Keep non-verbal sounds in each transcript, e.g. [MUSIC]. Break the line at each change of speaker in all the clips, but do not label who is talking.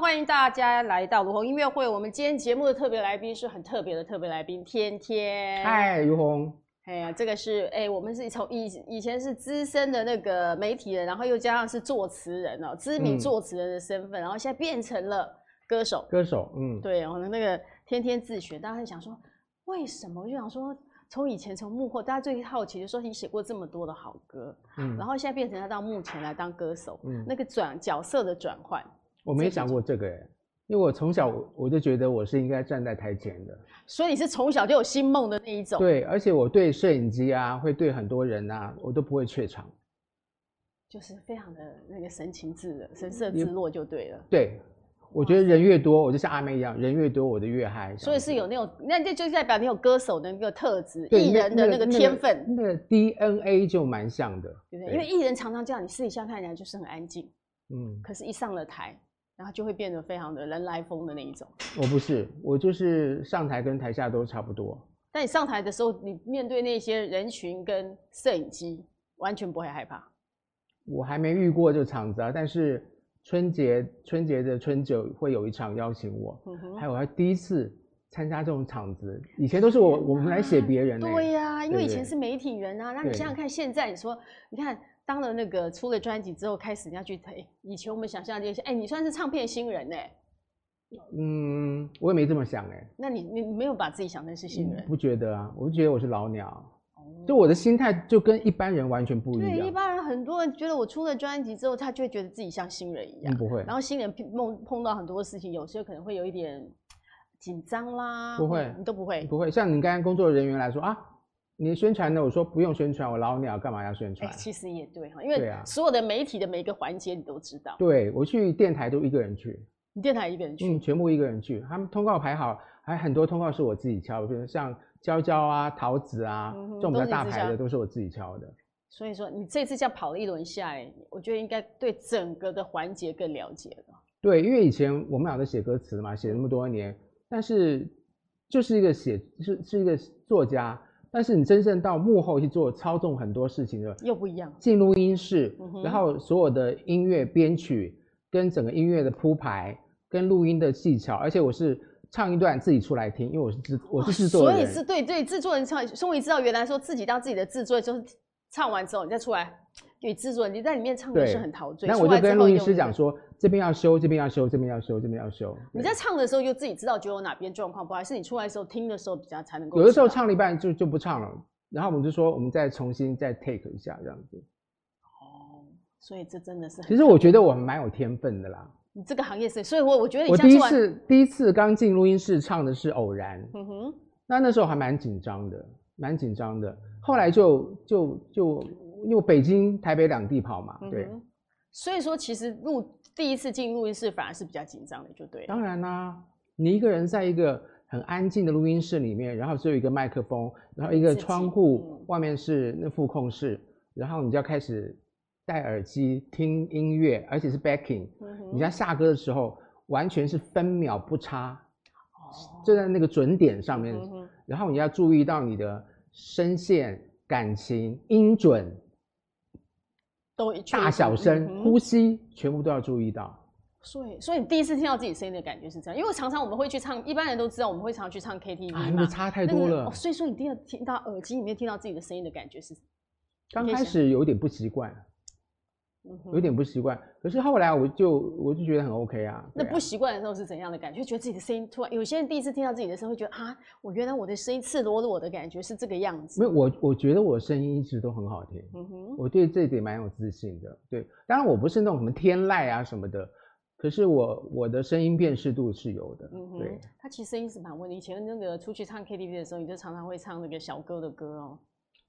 欢迎大家来到卢红音乐会。我们今天节目的特别来宾是很特别的特别来宾，天天。
嗨，于红，
哎呀，这个是哎、我们是从以以前是资深的那个媒体人，然后又加上是作词人哦，知名
嗯
作词人的身份，然后现在变成了歌手。
歌手，嗯，
对，然后那个天天自学，大家就想说为什么？我就想说，从以前从幕后，大家最好奇就说你写过这么多的好歌，
嗯，
然后现在变成要到幕前来当歌手，
嗯
那个转角色的转换，
我没想过这个哎，因为我从小我我就觉得我是应该站在台前的，
所以你是从小就有星梦的那一种，
对，而且我对摄影机啊，会对很多人啊，我都不会怯场，
就是非常的那个神情自若、神色
你
自若就对了。
对，我觉得人越多，我就像阿妹一样，人越多我就越嗨，
所以是
有
有那种，那这就代表你有歌手的那个特质，艺人的那个天分，
那个 DNA 就蛮像的，
对不对？因为艺人常常这样，你私底下看起来就是很安静，
嗯，
可是一上了台，然后就会变得非常的人来疯的那一种。
我不是，我就是上台跟台下都差不多，
但你上台的时候，你面对那些人群跟摄影机，完全不会害怕。
我还没遇过这场子啊，但是春节春节的春酒会有一场邀请我。
嗯哼，
还有还第一次参加这种场子，以前都是我我们来写别人、呢。欸
对呀、因为
对
以
不
前
对
是媒体人啊，那你
对
想想看，现在你说，你看当了那个出了专辑之后，开始你要去，哎，以前我们想象这些，哎，你算是唱片新人呢、
嗯，我也没这么想哎、
那你你你没有把自己想成是新人，
不觉得啊，我就觉得我是老鸟，
哦
就我的心态就跟一般人完全不一
对，一
样。
般人很多人觉得我出了专辑之后，他就会觉得自己像新人一样
嗯，，不会
然，后新人碰碰碰到很多事情，有时候可能会有一点紧张啦，
不
或者
会
你都不会。
不会。像你刚刚工作人员来说啊，你宣传的，我说不用宣传，我老鸟干嘛要宣
哎、
传？
其实也对哈，因
对
为
啊
所有的媒体的每一个环节你都知道，
对我去电台都一个人去，
你电台一个人去，
嗯，全部一个人去。他们通告排好，还很多通告是我自己敲的，比如像娇娇啊、桃子啊、
嗯哼
这种比
都
较
是你
大
自
牌
敲
的都是我自己敲的。
所以说你这次这样跑了一轮下来，我觉得应该对整个的环节更了解了。
对，因为以前我们俩都写歌词嘛，写那么多年，但是就是一个写是是一个作家，但是你真正到幕后去做操纵很多事情的，
又不一样，
进录音室
嗯哼，
然后所有的音乐编曲跟整个音乐的铺排跟录音的技巧，而且我是唱一段自己出来听，因为我是制我是制作
哦所以
人，
是对对制作人唱，终于知道原来说自己当自己的制作人，就是唱完之后你再出来，你制作人你在里面唱歌
对
是很陶醉。
那
出
我
来
就
之
跟
后
录音
又
师
那
讲
个
说，这边要修，这边要修，这边要修，这边要修。
你
对
在唱的时候就自己知道觉得有哪边状况不好，还是你出来的时候听的时候比较才能够知道？
有的时候唱了一半就就不唱了，然后我们就说我们再重新再 take 一下这样子。
哦，所以这真的是很
其实我觉得我蛮有天分的啦。
你这个行业是，所以我我觉得你
我
这样
第一
做完，
次第一次刚进录音室唱的是《偶然》，
嗯哼，
那那时候还蛮紧张的，蛮紧张的。后来就就就因为我北京、台北两地跑嘛，
嗯
对，
哼，所以说其实录第一次进录音室反而是比较紧张的，就对了。嗯
当然啦、你一个人在一个很安静的录音室里面，然后只有一个麦克风，然后一个
自己
窗户
嗯，
外面是那副控室，然后你就要开始戴耳机听音乐，而且是 backing，
嗯哼
你在下歌的时候完全是分秒不差。
哦
就在那个准点上面，
嗯哼
然后你要注意到你的声线、感情、音准、
都一确
大
实
小声、
嗯哼
呼吸，全部都要注意到。
所以，所以你第一次听到自己声音的感觉是这样，因为常常我们会去唱，一般人都知道我们会常去唱 KTV
啊，
嘛
那个差太多
那个
了
哦。所以说你第二听到耳机里面听到自己的声音的感觉是，
刚
你可以
开
想，
始有点不习惯，
嗯哼
有点不啊习惯，可是后来我就我就觉得很 OK 啊。
那
对啊
不习惯的时候是怎样的感觉？就觉得自己的声音突然，有些人第一次听到自己的声音，会觉得啊，我原来我的声音赤裸裸的感觉是这个样子。
没有我，我觉得我声音一直都很好听，
嗯哼，
我对这一点蛮有自信的。对，当然我不是那种什么天籁啊什么的，可是我我的声音辨识度是有的。
嗯
对
哼，，他其实声音是蛮温的。以前那个出去唱 KTV 的时候，你就常常会唱那个小哥的歌哦。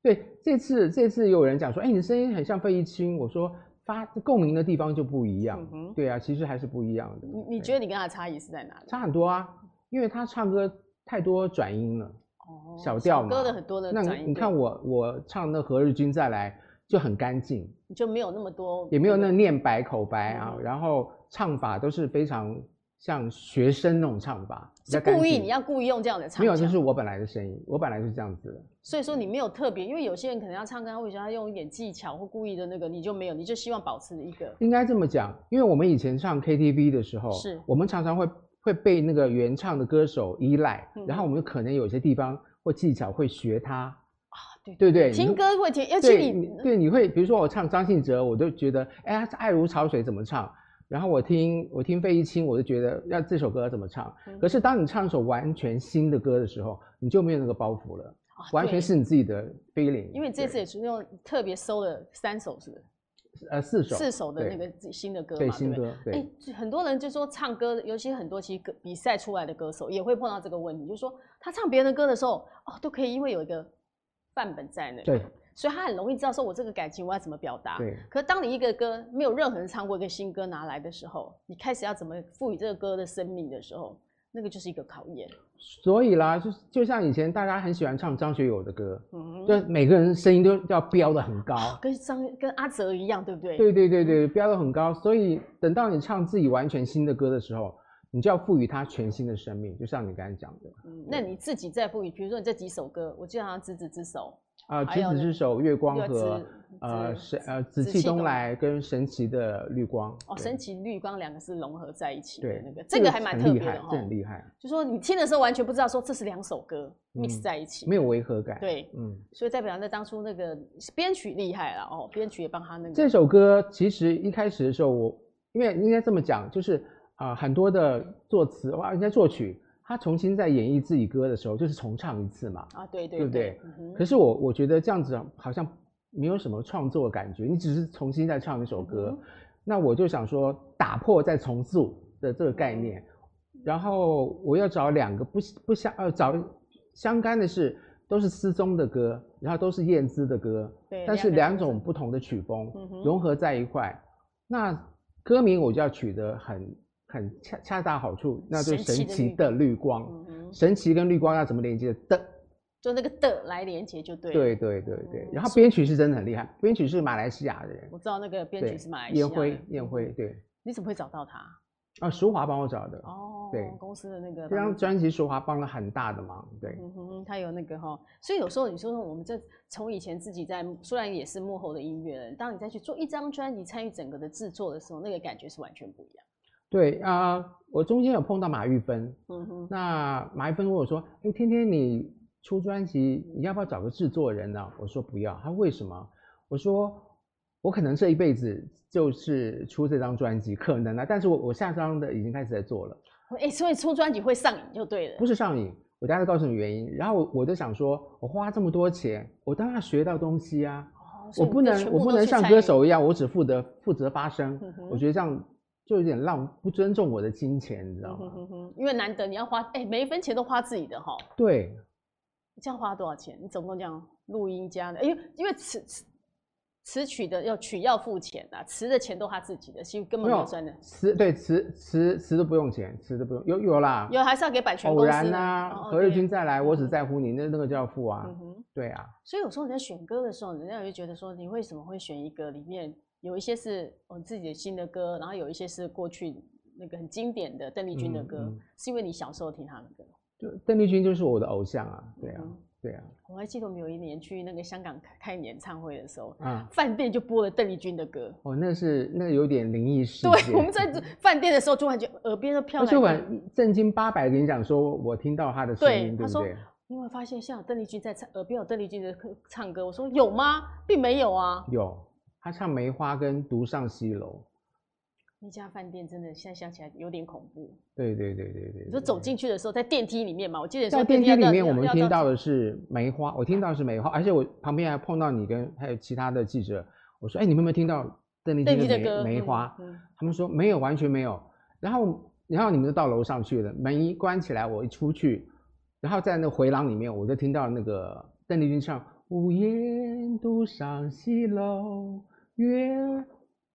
对，这次这次有人讲说，哎，你的声音很像费玉清，我说发共鸣的地方就不一样。
嗯哼
对啊，其实还是不一样的。
你你
对
觉得你跟他的差异是在哪里？
差很多啊？因为他唱歌太多转音了，
哦
小调嘛。
歌的很多的
那
呃转
你
音，
你看
对
我我唱那《何日君再来》就很干净，
你就没有那么多，
也没有那
个
念白口白啊，
嗯
然后唱法都是非常像学生那种唱法，
是
比较干
故意
净
你要故意用这样的唱
没有，
腔
这是我本来的声音，我本来就是这样子的。
所以说你没有特别，因为有些人可能要唱歌，他会觉得他用一点技巧或故意的那个，你就没有，你就希望保持一个
应该这么讲，因为我们以前唱 KTV 的时候，
是
我们常常会会被那个原唱的歌手依赖，
嗯
然后我们可能有些地方或技巧会学他，
啊对
对不对？
听
你
歌会听，尤其
对
你
你对你会，比如说我唱张信哲，我都觉得哎，他爱如潮水怎么唱？然后我听我听费玉清，我就觉得要这首歌怎么唱
嗯。
可是当你唱一首完全新的歌的时候，你就没有那个包袱了，
啊
完
对
全是你自己的 feeling。
因为这次
对
也是用特别搜了三首，是不是？
呃四首
四首的
对
那个自新的歌嘛，
对
不
新。歌对。
哎、就很多人就说唱歌，尤其很多其实歌比赛出来的歌手也会碰到这个问题，就是说他唱别人的歌的时候，哦，都可以因为有一个范本在那里，
对，
所以他很容易知道说我这个感情我要怎么表达。
对
可是当你一个歌没有任何人唱过一个新歌拿来的时候，你开始要怎么赋予这个歌的生命的时候，那个就是一个考验。
所以啦，就就像以前大家很喜欢唱张学友的歌，
嗯，
就每个人声音都要飙得很高。
跟张跟阿哲一样，对不对？
对对对对，飙得很高。所以等到你唱自己完全新的歌的时候，你就要赋予它全新的生命，就像你刚才讲的
嗯那你自己再赋予，比如说你这几首歌，我记得好像《执子之手
啊，
还有
执
呢
子之手》《月》光
又要
河
执》
呃
执
神呃紫
紫
气
气
东
东
来跟神奇的绿光。
哦，
对
神奇绿光两个是融合在一起的
对
那个，这个还蛮
很
特
厉
别
害
的
这很
哦。
厉害，
就说你听的时候完全不知道说这是两首歌
嗯
mix 在一起，
没有违和感。
对
嗯。
所以代表那当初那个编曲厉害了哦，编曲也帮他那个
这首歌其实一开始的时候我，因为应该这么讲，就是啊、呃很多的作词哇，应该作曲，他重新在演绎自己歌的时候，就是重唱一次嘛。
啊，对对
对不对
嗯哼
可是我我觉得这样子好像没有什么创作的感觉，你只是重新再唱一首歌。
嗯
那我就想说，打破再重塑的这个概念，然后我要找两个不不相呃找相干的是都是思宗的歌，然后都是燕姿的歌，
对
但是
两
两
个都是
种不同的曲风
嗯哼
融合在一块，那歌名我就要取得很很恰恰到好处，那就是
神奇
神
的
奇
绿
的绿光，
嗯哼，
神奇跟绿光要怎么连接的？
就那个的来连接就对了。
对对对对
嗯，
然后编曲是真的很厉害，编曲是马来西亚的人，
我知道那个编
对，
曲是马来西亚嗯
燕
的
辉，燕辉，对，
你怎么会找到他？
啊，淑华帮我找的，
哦，
对
公司的那个
这
帮
张
你
专辑淑华帮了很大的忙，对，
嗯哼，他有那个哈，所以有时候你说说我们这从以前自己在，虽然也是幕后的音乐人，当你再去做一张专辑，参与整个的制作的时候，那个感觉是完全不一样。
对啊、我中间有碰到马玉芬，
嗯哼，
那马一芬问我说：“哎，天天你出专辑，你要不要找个制作人呢、我说：“不要。”他为什么？我说：“我可能这一辈子就是出这张专辑，可能啊，但是我我下张的已经开始在做了，
哎、所以出专辑会上瘾就对了。
不是上瘾。”我大概告诉你原因，然后我我就想说，我花这么多钱，我当然要学到东西啊，
哦所
我
以你
不
就
能
全
我
部
不
都
能
去
像
参
歌
与
手一样，我只负责负责发声，
嗯哼
我觉得这样就有点浪不尊重我的金钱，你知道
嗯
吗？
哼哼哼，因为难得你要花，哎、每一分钱都花自己的哈。
对，
你这样花了多少钱？你总共这样录音加的，因为因为词词词曲的要曲要付钱啊，词的钱都他自己的，其实根本没有赚的。
词对词词词都不用钱，词都不用有有啦，
有还是要给版权公
偶
司
然
的
啊，
哦哦
何日
对
君再来，我只在乎你，那那个就要付啊，
嗯哼。
对啊，
所以有时候你在选歌的时候，人家就觉得说，你为什么会选一个里面有一些是我自己的新的歌，然后有一些是过去那个很经典的邓丽君的
嗯
歌，
嗯
是因为你小时候听她的歌。
就邓丽君就是我的偶像啊，对啊，
嗯
对啊，
我还记得我们有一年去那个香港开开演唱会的时候，
啊，
饭店就播了邓丽君的歌。
哦，那是那个有点灵异事件，
对，我们在饭店的时候，突然就耳边就飘
而且
来。
我很震惊八百跟你讲说，我听到她的声
对
音，对
他
不
说
对？
你有没有发现，像邓丽君在唱，耳边有邓丽君的歌唱歌？我说有吗？并没有啊。
有，她唱《梅花》跟《独上西楼》，
那家饭店真的现在想起来有点恐怖。
对对对对对，
你说
对
走进去的时候，在电梯里面嘛，我记得你说
在电梯里
要
面，我
要
们
要
听到的是梅花，我听到的是梅花，而且我旁边还碰到你跟还有其他的记者，我说：“哎，你们有没有听到邓丽
邓丽
君
君的
的
歌
梅梅花
嗯嗯？”
他们说：“没有，完全没有。”然后，然后你们就到楼上去了，门一关起来，我一出去，然后在那回廊里面，我就听到那个邓丽君唱《午夜独上西楼月》，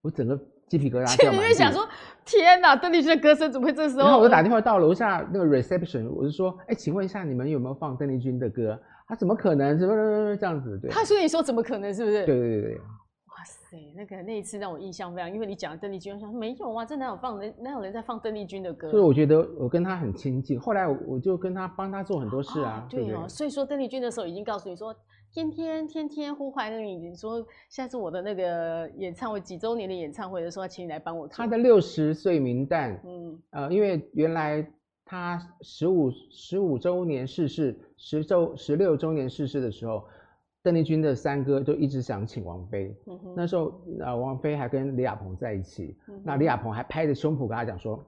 我整个鸡皮疙瘩
心
掉
里
满
面想
地
说，天哪，邓丽君的歌声怎么会这时候？嗯
然后我就打电话到楼下那个 reception，我就说，哎，请问一下你们有没有放邓丽啊君的歌？他、怎么可能？怎么这样子？对，
他说：“你说怎么可能？是不是？”
对对对对，
哇，哇塞，那个那一次让我印象非常，因为你讲邓丽君，我想没有啊，这哪有放人哪有人在放邓丽君的歌？
所以我觉得我跟他很亲近。后来我我就跟他帮他做很多事啊，
哦
对不
对
对？
哦，所以说邓丽君的时候已经告诉你说，天天天天呼唤你，你说下次我的那个演唱会几周年的演唱会的时候，请你来帮我做。
他的六十岁名单，
嗯，
呃，因为原来他十五十五周年逝世，十周十六周年逝世的时候，邓丽君的三哥就一直想请王菲。
嗯哼
那时候，呃，王菲还跟李亚鹏在一起，
嗯哼
那李亚鹏还拍着胸脯跟他讲说，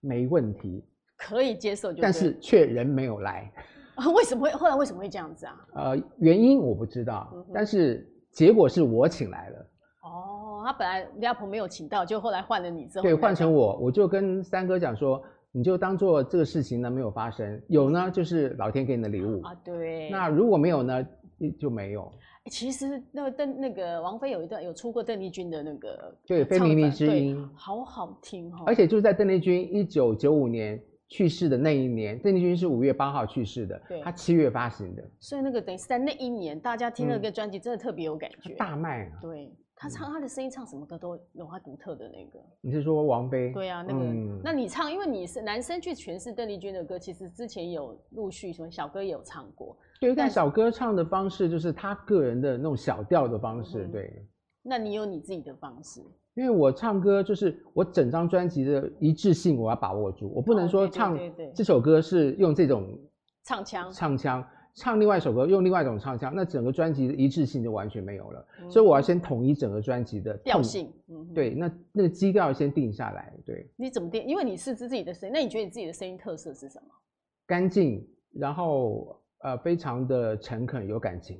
没问题，
可以接受就对了，
但是却人没有来。
[LAUGHS] 为什么会后来为什么会这样子啊？
呃，原因我不知道，
嗯哼
但是结果是我请来了，
哦，他本来李亚鹏没有请到，就后来换了你之后，
对，换成我，我就跟三哥讲说，你就当做这个事情呢没有发生，有呢就是老天给你的礼物，
啊，嗯对。
那如果没有呢就就没有，
欸其实那个邓那个王菲有一段有出过邓丽君的那个
对，非
唱
靡靡
反
之
对
音，
好好听哦，
而且就是在邓丽君一九九五年去世的那一年，邓丽君是五月八号去世的
对，
她七月发行的，
所以那个等于是在那一年大家听那
嗯
个专辑真的特别有感觉，
大卖啊！
对他唱他的声音唱什么歌都有他独特的那个，
你是说王菲？
对啊，那个、
嗯
那你唱，因为你是男生去诠释邓丽君的歌，其实之前有陆续说小哥也有唱过，
对，但
但是
小歌唱的方式就是他个人的那种小调的方
嗯
式，
哼
对。
那你有你自己的方式，
因为我唱歌就是我整张专辑的一致性，我要把握住，我不能
哦
说
对对
唱
对对
这首歌是用这种
唱腔，
唱腔，唱另外一首歌用另外一种唱腔，那整个专辑的一致性就完全没有了。
嗯
所以我要先统一整个专辑的
调
痛，
性，嗯哼，
对，那那个基调先定下来，对，
你怎么定？因为你是自己的声音，那你觉得你自己的声音特色是什么？
干净，然后呃非常的诚恳有感情，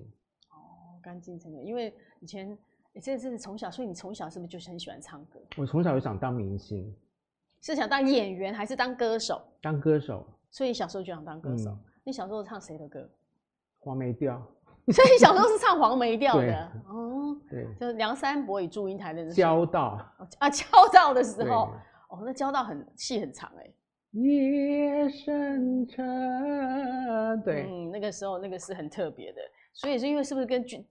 哦，干净这个，因为以前。你这是从小，所以你从小是不是就是很喜欢唱歌？
我从小就想当明星，
是想当演员还是当歌手？
当歌手，
所以你小时候就想当歌手。
嗯
你小时候唱谁的 [LAUGHS] 歌？
黄梅调，
所以你小时候是唱黄梅调
对
的，哦，
对，
就是梁山伯与祝英台的那首
交道，
哦啊，交道的时
对。
候，哦，那交道很戏很长哎、
夜深沉，对，
嗯，那个时候那个是很特别的，所以是因为是不是跟眷，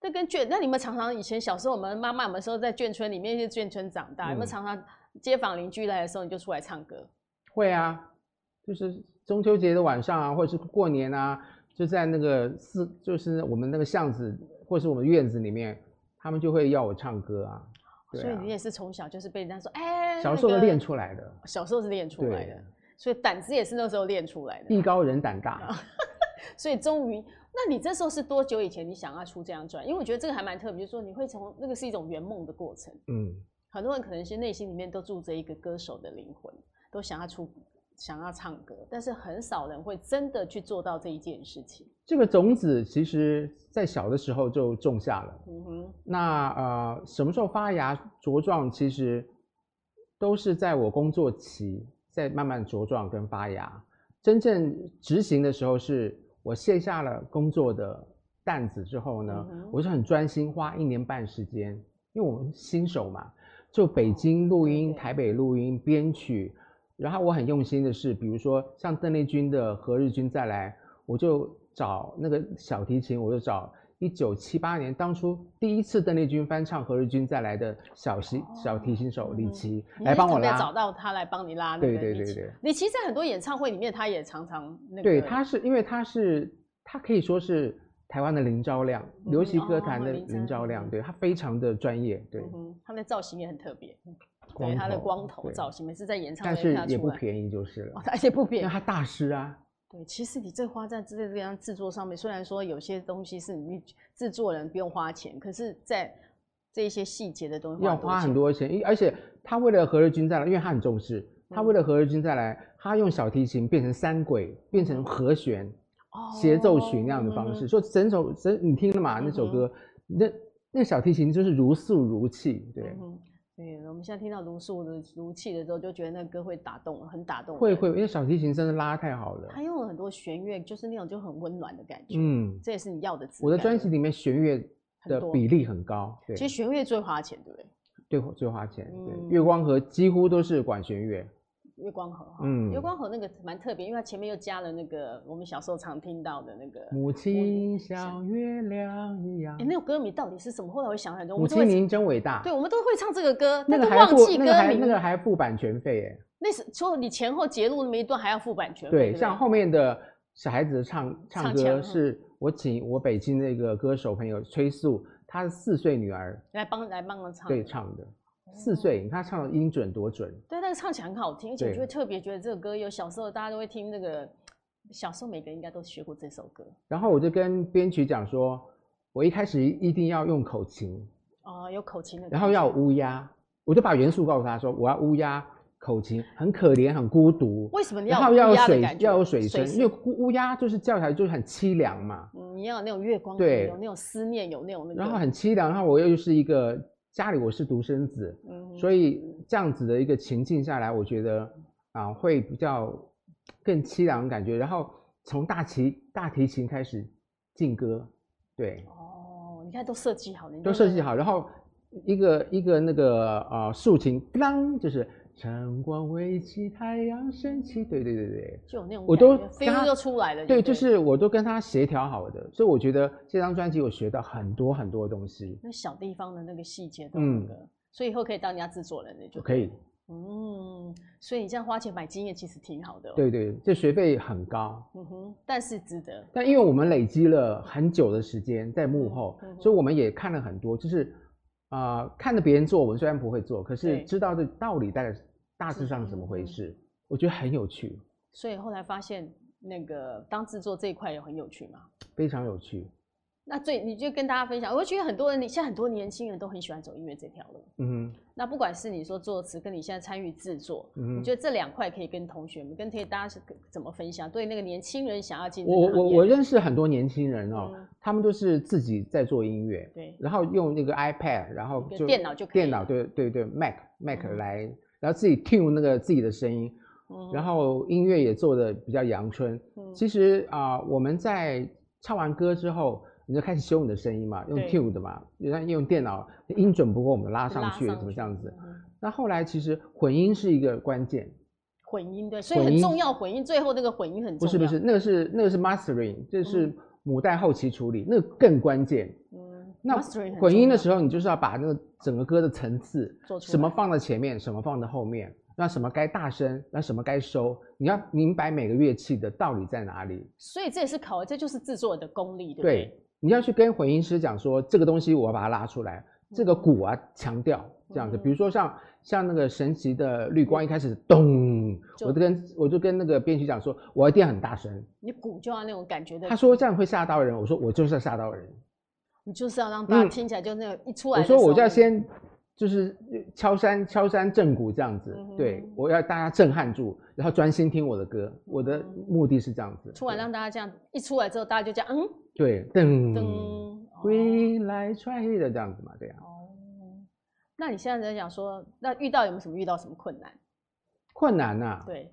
那跟眷，那你们常常以前小时候，我们妈妈有没有说在眷村里面一些眷村长大，有没有
嗯
常常街坊邻居来的时候你就出来唱歌？
会啊，就是中秋节的晚上啊，或者是过年啊，就在那个四，就是我们那个巷子或是我们院子里面，他们就会要我唱歌啊，对
所以
啊
你，也是从小就是被人家说，哎、
小
那
时候
个
练出来的，
小时候是练出来
对嗯
的，啊所以胆子也是那时候练出来的。
艺高人胆大，
啊所以终于，那你这时候是多久以前你想要出这张专辑？因为我觉得这个还蛮特别，就是说你会从那个是一种圆梦的过程。
嗯，
很多人可能是内心里面都住着一个歌手的灵魂，都想要出想要唱歌，但是很少人会真的去做到这一件事情。
这个种子其实在小的时候就种下了。
嗯哼，
那呃，什么时候发芽茁壮，其实都是在我工作期在慢慢茁壮跟发芽。真正执行的时候，是我卸下了工作的担子之后呢，
嗯哼
我就很专心，花一年半时间，因为我们新手嘛，就北京录
哦对
音、
对
台北录音、编曲。然后我很用心的是，比如说像邓丽君的《何日君再来》，我就找那个小提琴，我就找一九七八年当初第一次邓丽君翻唱《何日君再来》的小提小提琴手李
哦嗯
琦
你
来
也
帮我
特别找
拉。
到他来帮你拉那个
对
李琦。
对对对，
李琦在很多演唱会里面，他也常常那个
对，他是因为他是他可以说是台湾的林昭亮，流
嗯
行歌
哦
坛的
林
林
昭
昭
亮
亮，对他非常的专业，对嗯
嗯，哼，他的造型也很特别，
光
对他的
头
光头
对
造型，每次在演唱
但
会
是
看得
也
出
不
来，
便宜就是
哦
了，，
而且不便
因
宜
为。他大师啊，
对，其实你这花在这这样制作上面，虽然说有些东西是你制作人不用花钱，可是，在这一些细节的东西
要花很
钱。
多钱，因而且他为了何日君再来，因为他很重视，
嗯
他为了何日君再来，他用小提琴变成三轨，变成和弦。协奏曲那样的方式，
哦
说整首整你听了嘛那首
嗯哼
歌，那那小提琴就是如诉如泣，对，
嗯哼对，我们现在听到卢素的卢气的时候，就觉得那歌会打动，很打动。
会会，，因为小提琴真的拉得太好了
他，用了很多弦乐，就是那种就很温暖的感觉。
嗯，
这也是你要的质
我的
感
专辑里面弦乐
很
的
多
比例很高，对，
其实弦乐最花钱，对不对？
最花最花钱，对，
嗯
月光河几乎都是管弦乐，
月光河哈，
嗯
月光河那个蛮特别，因为它前面又加了那个我们小时候常听到的那个，
母亲像
像
月亮一样
哎、，那首歌名到底是什么？后来我想了很多，我
母
们都
亲
会，
您真伟大。
对，我们都会唱这个歌，
那
但
个
是
还
忘
付
记
那
歌
个还
名，
那个还付版权费耶。
那是说你前后截录那么一段还要付版权费，对
对，
不对，
像后面的小孩子唱唱
唱
歌
腔嗯
是我请我北京那个歌手朋友崔素，她的四岁女儿
来帮来帮我唱，
对唱的，
哦
四岁，你看她唱的音准多准。
对，但是唱起来很好听，而且
对
你就会特别觉得这个歌有小时候大家都会听那个，小时候每个人应该都学过这首歌
然后我就跟编曲讲说，我一开始一定要用口琴，
哦、有口琴的感觉，
然后要有乌鸦，我就把元素告诉他说，我要乌鸦口琴，很可怜，很孤独。
为什么你
然
要
后
乌
要有
鸦的
水，
感觉
要有水声，因为
声
乌乌鸦就是叫起来就是很凄凉嘛。
嗯你要有那种月光，
对
有那种思念，有那种那个，
然后很凄凉，然后我又是一个家里我是独生子，
嗯哼
所以这样子的一个情境下来，我觉得啊会比较更凄凉的感觉。然后从大提大提琴开始进歌，对，
哦，你看都设计好了，你
都
都
设计好。然后一个一个那个呃竖琴，当就是晨光微起，太阳升起，对对对对。
就有那种
我都
感觉
跟他
feel 就出来了，
对，
不
就是我都跟他协调好的，所以我觉得这张专辑我学到很多很多东西，
那小地方的那个细节都有那
嗯
个，所以以后可以当人家制作人的就
就可以。
嗯，所以你这样花钱买经验其实挺好的、哦，，
对对，这学费很高，
嗯哼，但是值得，
但因为我们累积了很久的时间在幕后，
嗯嗯
所以我们也看了很多，就是啊、呃看着别人做，我们虽然不会做，可是
对
知道这道理大概大致
是
上是怎么
嗯
回
嗯
事，我觉得很有趣，
所以后来发现那个当制作这一块也很有趣嘛。
非常有趣。
那最你就跟大家分享，我觉得很多人，现在很多年轻人都很喜欢走音乐这条路。
嗯
那不管是你说作词，跟你现在参与制作，
哼嗯
你
哼，
觉得这两块可以跟同学们、跟这些大家是怎么分享？对那个年轻人想要进这个
我
行业，
我我认识很多年轻人哦，
嗯
他们都是自己在做音乐，
对
然后用那个 iPad，然后
一个
就
嗯电脑就可以
电脑
了
对对对 Mac Mac
嗯
来，然后自己 tune 那个自己的声音，
嗯
然后音乐也做的比较阳春。
嗯
其实啊、我们在唱完歌之后，你就开始修你的声音嘛，用
对
Q 的嘛，然后用电脑音准不够，我们拉上去，怎么这样子？？
嗯哼
那后来其实混音是一个关键，
混音对，所以
混
很
音
重要。混音最后那个混音很重要。
不是不是，，那个是那个是 mastering，这是
嗯
母带后期处理，那个更关键。
嗯，
那
mastering 很
混音的
重
时候，你就是要把那个整个歌的层次
要，做出
什么
来
放在前面，什么放在后面，那什么该大声，那什么该收，你要明白每个乐器的道理在哪里。
所以这也是考，这就是制作的功力，对不
对，你要去跟混音师讲说，这个东西我要把它拉出来，这个鼓啊强调这样子。
嗯
比如说像像那个神奇的绿光，一开始咚，
就
我就跟我就跟那个编曲讲说，我一定要很大声。
你鼓就要那种感觉的。
他说这样会吓到人，我说我就是要吓到人，
你就是要让大
嗯
家听起来就那个一出来
我
的时候。
说我就要先就是敲山敲山震鼓这样子，
嗯哼
对我要大家震撼住，然后专心听我的歌，我的目的是这样子。
嗯出来让大家这样一出来之后，大家就这样嗯
对噔
噔。
嗯归来穿黑的这样子嘛，这样。
哦哦，那你现在在讲说，那遇到有没有什么遇到什么困难？
困难呐、啊
对，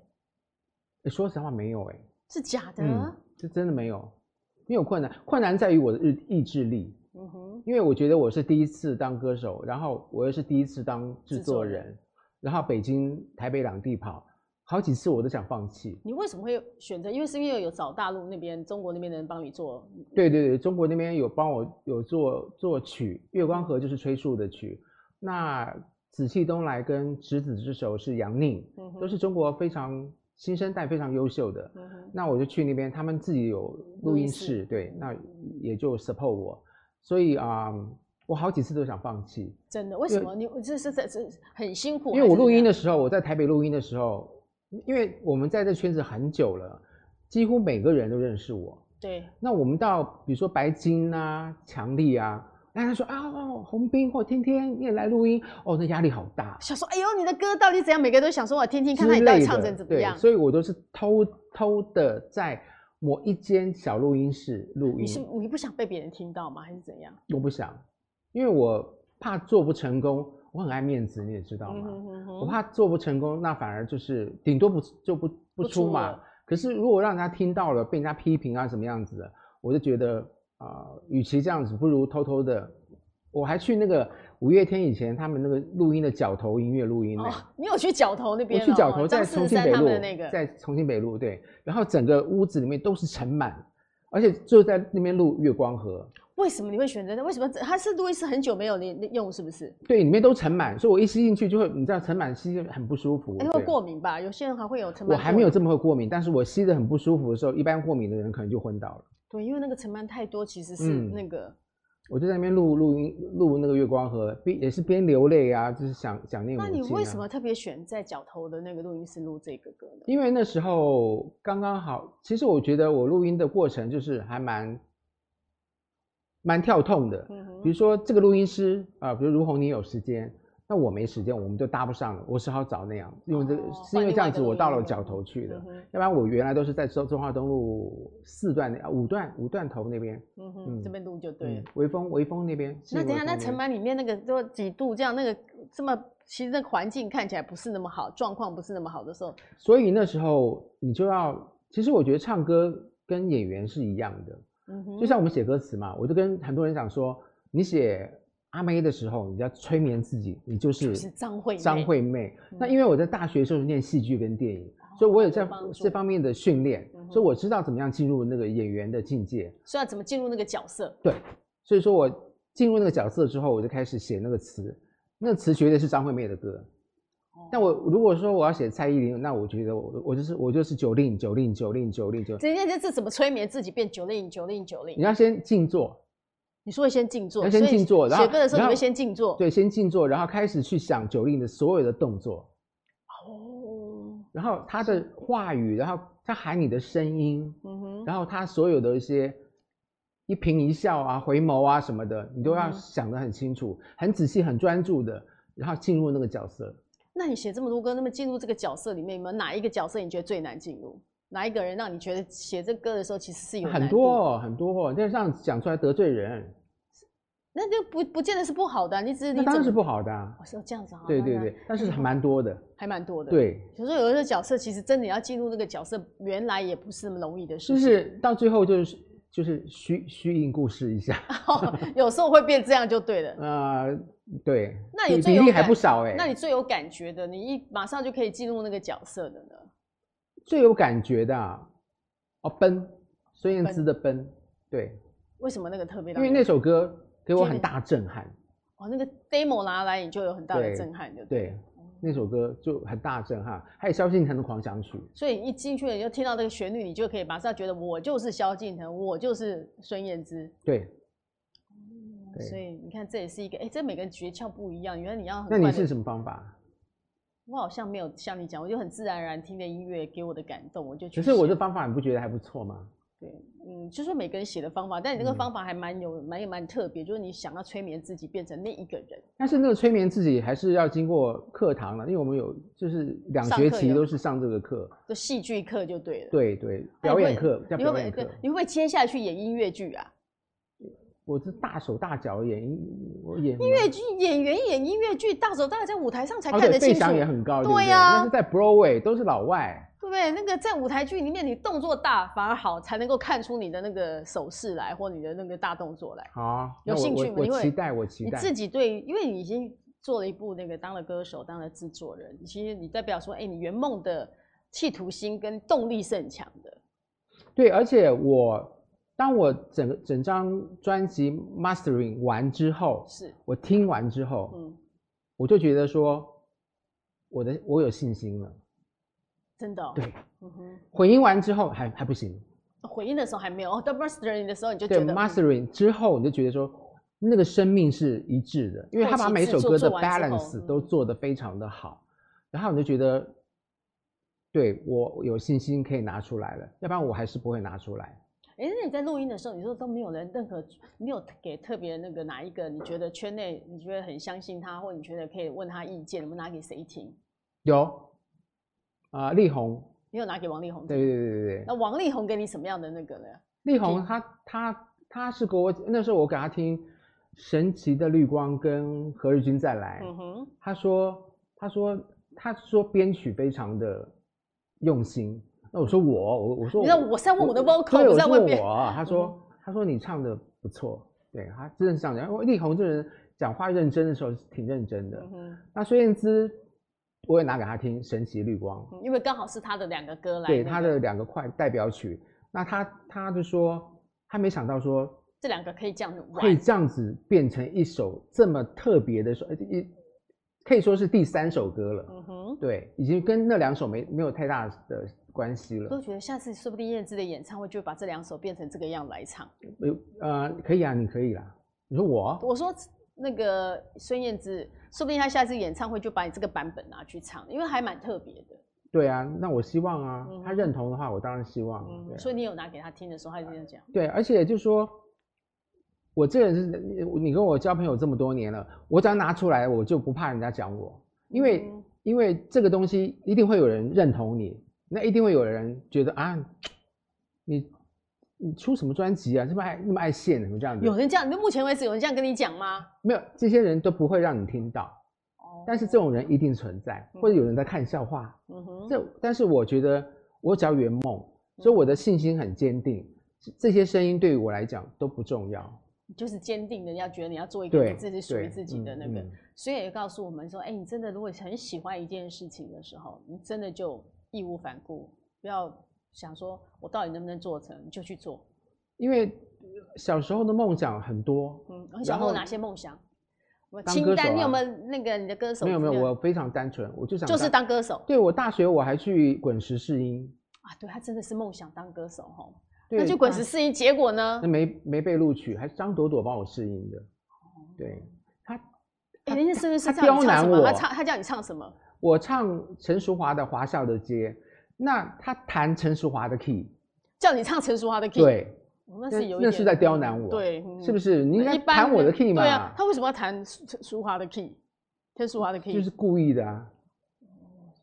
诶说实话没有哎、
是假的。啊
嗯，这真的没有，没有困难，困难在于我的日意志力，
嗯哼，
因为我觉得我是第一次当歌手，然后我又是第一次当制
制作
作人，然后北京、台北两地跑，好几次我都想放弃。
你为什么会选择？因为是因为有找大陆那边、中国那边的人帮你做。
对对对，中国那边有帮我有做作曲，《月光河》就是崔树的曲，那《紫气东来》跟《执子之手》是杨宁，
嗯哼
都是中国非常新生代非常优秀的。
嗯哼，
那我就去那边，他们自己有录
录
音
音
室，
室
对，
嗯
那也就 support 我，所以啊、我好几次都想放弃，
真的？为什么你这是这这很辛苦？
因为我录音
的
的时候，我在台北录音的时候，因为我们在这圈子很久了，几乎每个人都认识我。
对，
那我们到比如说白金啊、强力啊，那他说啊、哦，洪斌或天天你也来录音，哦，那压力好大，
想说哎呦你的歌到底怎样？每个人都想说我听听看
之
看你到
类
底
的
唱成怎么
对
样。
所以我都是偷偷的在某一间小录音室录
你是
音，
你不想被别人听到吗？还是怎样？
我不想，因为我怕做不成功，我很爱面子，你也知道
嗯
吗？
哼哼哼
我怕做不成功，那反而就是顶多不就不不
不
出
出
嘛
了。
可是如果让人家听到了，被人家批评啊什么样子的，我就觉得啊，呃与、其这样子，不如偷偷的。我还去那个五月天以前他们那个录音的角头音乐录音呢、
哦，你有去角头那
我
边、哦？
去角头，
张
在
四
重
十
庆
三
北
他
路
们的那个，
在重庆北路对，然后整个屋子里面都是尘螨，而且就在那边录《月光河
为什么你会选择那？为什么这它是路易斯很久没有连用是不是？》，
对，里面都尘螨，所以我一吸进去就会，你知道尘螨吸进很不舒服。
哎，会
对
过敏吧？有些人还会有尘螨。
我还没有。这么会过敏，但是我吸的很不舒服的时候，一般过敏的人可能就昏倒了。
对，因为那个尘螨太多，其实是
嗯
那个。
我就在那边录录音，录那个月光河，边也是边流泪啊，就是想想念母
那
亲、啊。
你为什么特别选在角头的那个录音室录这个歌呢？
因为那时候刚刚好，其实我觉得我录音的过程就是还蛮蛮跳痛的。
嗯哼，
比如说这个录音师啊、比如如红你有时间，那我没时间，我们就搭不上了。我只好找那样，因为这个、
哦
是因
换
为
另
这
外
样
一个
子我
录
到
音
了
的
角
地方
头去的，
嗯哼
要不然我原来都是在中中华东路四段那啊五段五段头那边，
嗯哼，这
嗯
边录就对了。
嗯，微风微风那边。
那等
西
一下，
微
那
风
尘
边
螨里面那个都几度这样，那个这么，其实那个环境看起来不是那么好，状况不是那么好的时候，
所以那时候你就要，其实我觉得唱歌跟演员是一样的，
嗯哼，
就像我们写歌词嘛，我就跟很多人讲说，你写阿妹的时候，你要催眠自己，你就
就是
是
张惠妹
张惠妹。
嗯
那因为我在大学的时候是念戏剧跟电影，所以我有
有
在
哦帮助
这方面的训练
嗯，哼
所以我知道怎么样进入那个演员的境界。
所以要怎么进入那个角色？
对，所以说我进入那个角色之后，我就开始写那个词，那个词绝对是张惠妹的歌。
哦
但我如果说我要写蔡依林，那我觉得我我就是我就是九令九令九令九令九，
人家这是怎么催眠自己变九令九令九
你
令？
要先静坐，
你说会先静坐，
要先
所以
静坐然后
写歌的时候
然
你
后
会先静坐，
对，先静坐，然后开始去想九令的所有的动作，
哦，
然后他的话语，然后他喊你的声音，
嗯哼，
然后他所有的一些一颦一笑啊、回眸啊什么的，你都要
嗯
想得很清楚、很仔细、很专注的，然后进入那个角色。
那你写这么多歌，那么进入这个角色里面，有没有哪一个角色你觉得最难进入？哪一个人让你觉得写这歌的时候其实是有
很
难度
多哦很多，但是这样讲出来得罪人，
那就不不见得是不好的啊、你只是你
那当
怎
然是
么
不好的、啊。
我是这样子啊，
对
那
对
那
对，但是还蛮多的。
还蛮多的。，
对，
有时候有一个角色，其实真的要进入那个角色，原来也不是那么容易的事情。
就是到最后就是就是虚虚应故事一
[LAUGHS]
下。
有时候会变这样就对了。
呃，对，
那有
比
最
比
有
例还
感
不少哎、
那你最有感觉的，你一马上就可以进入那个角色的呢？
最有感觉的、啊、哦，奔，孙燕
奔
姿的奔，对，
为什么那个特别
因
让
为
你？
那首歌给我
觉
很
得
大震撼，
哦，那个 demo 拿来你就有很大的
对
震撼，就对。
对，那首歌就很大震撼，还有萧敬腾的《狂想曲》，
所以一进去你就听到这个旋律，你就可以马上觉得我就是萧敬腾，我就是孙燕姿。嗯
对，对
所以你看，这也是一个，哎、这每个人诀窍不一样。原来你要很
那你
快地
是什么方法？
我好像没有像你讲，我就很自然而然听着音乐给我的感动，我就去
可
写。
是我这方法你不觉得还不错吗？
对，嗯，就说每个人写的方法，但你那个
嗯
方法还蛮有蛮也蛮特别，就是你想要催眠自己变成那一个人。
但是那个催眠自己还是要经过课堂了，因为我们有就是两
上
学
课
期
有
都是上这个课，
就戏剧课就对了。，
对对，
那
表
你
演
会
课叫
你会
表
不会
演课
对，？你会不会接下来去演音乐剧啊？
我是大手大脚演，嗯我演
音乐剧演员演音乐剧，大手大脚在舞台上才
哦
看
对，
得
费
清楚，
翔也
对
很
对
高，对不对
呀
那是在 Broadway 都是老外，
不对？那个在舞台剧里面，你动作大反而好，才能够看出你的那个手势来，或你的那个大动作来。
好，
有
那我
兴趣吗
我
你
我
会
期待，我期
你
待。
自己对，因为你已经做了一部那个当了歌手，当了制作人，其实你代表说，哎、你圆梦的企图心跟动力是很强的。
对，而且我当我整个整张专辑 mastering 完之后，
是，
我听完之后，
嗯，
我就觉得说，我的我有信心了。
真的、哦。
对，
嗯哼，
混音完之后还还不行，
回应的时候还没有，哦，到 mastering 的时候你就
对
觉得嗯
mastering 之后，你就觉得说那个生命是一致的，因为他
后
把
期
每
制
首
作
歌的
做完之后
balance 都
嗯
做得非常的好，然后你就觉得，对我有信心可以拿出来了，要不然我还是不会拿出来。
哎、那你在录音的时候，你说都没有人任何，没有给特别那个哪一个你觉得圈内你觉得很相信他，或你觉得可以问他意见，你们拿给谁听？
有，啊、力宏，
你有拿给王力宏听？
对对对对
那
对，
王力宏给你什么样的那个呢？
力宏他他他是给我那时候我给他听《神奇的绿光》跟《何日君再来》
嗯哼，
他说，他说，他说编曲非常的用心。那我说我，我我说
你知道我在问我的 vocal，
对
不
我
是在嗯
说
问别人
我啊。他说，他说你唱的不错，对他真的是这样讲。因为力宏这人讲话认真的时候是挺认真的。
嗯哼，
那孙燕姿，我也拿给她听《神奇绿光》，
嗯因为刚好是他的两个歌来那个，
对她的两个快代表曲。那她她就说，她没想到说
这两个可以这样子玩，
会这样子变成一首这么特别的首，呃一可以说是第三首歌了。
嗯哼，
对，已经跟那两首没没有太大的关系
我都
了。
觉得下次说不定燕姿的演唱会就把这两首变成这个样来唱。
呃呃，可以啊，你可以啦。你说我，
我说那个孙燕姿，说不定她下次演唱会就把你这个版本拿去唱，因为还蛮特别的。
对啊，那我希望啊，他
嗯
认同的话，我当然希望。
嗯哼，
对啊
所以你有拿给她听的时候，她就这样讲。
对，而且就说，我这个人是，你跟我交朋友这么多年了，我只要拿出来，我就不怕人家讲我，因为、
嗯
因为这个东西一定会有人认同你，那一定会有人觉得啊，你你出什么专辑啊，这么爱那么爱现什么这样子，
有人这样，你目前为止有人这样跟你讲吗？
没有这些人都不会让你听到，
哦
但是这种人一定存在，或者有人在看笑话，
嗯哼，
这但是我觉得我只要圆梦，所以
嗯
我的信心很坚定，这些声音对于我来讲都不重要。
就是坚定的要觉得你要做一个
对，
你自己属于
对
自己的
嗯
那个，
嗯
所以也告诉我们说，哎、你真的如果很喜欢一件事情的时候，你真的就义无反顾，不要想说我到底能不能做成，你就去做。
因为小时候的梦想很多，
嗯，很想
然
问
后
哪些梦想？我
当
清
歌
单
手
你有
啊
没有那个你的歌手
没
资料？
有没有，我非常单纯，我就想
就是当歌手
对我大学我还去滚石试音，
啊，对他真的是梦想当歌手哈。
对啊
那就滚
大
石试音，结果呢
那？没没被录取，还是张朵朵帮我试音的，
哦
对他
哎、人家甚至是
他
叫你
刁
唱什
难
么？他
我
唱他叫你唱什么？
我唱陈淑华的《华校的街》，那他弹陈淑华的 key，
叫你唱陈淑桦的 key，
对，
哦，那
那
是有一
那
点
是在刁难我
对，
是
嗯
不是？你应该
一般
弹我的
人
key 嘛，
对啊，他为什么要弹苏淑华的 key？陈淑华的 key，、
就是故意的啊。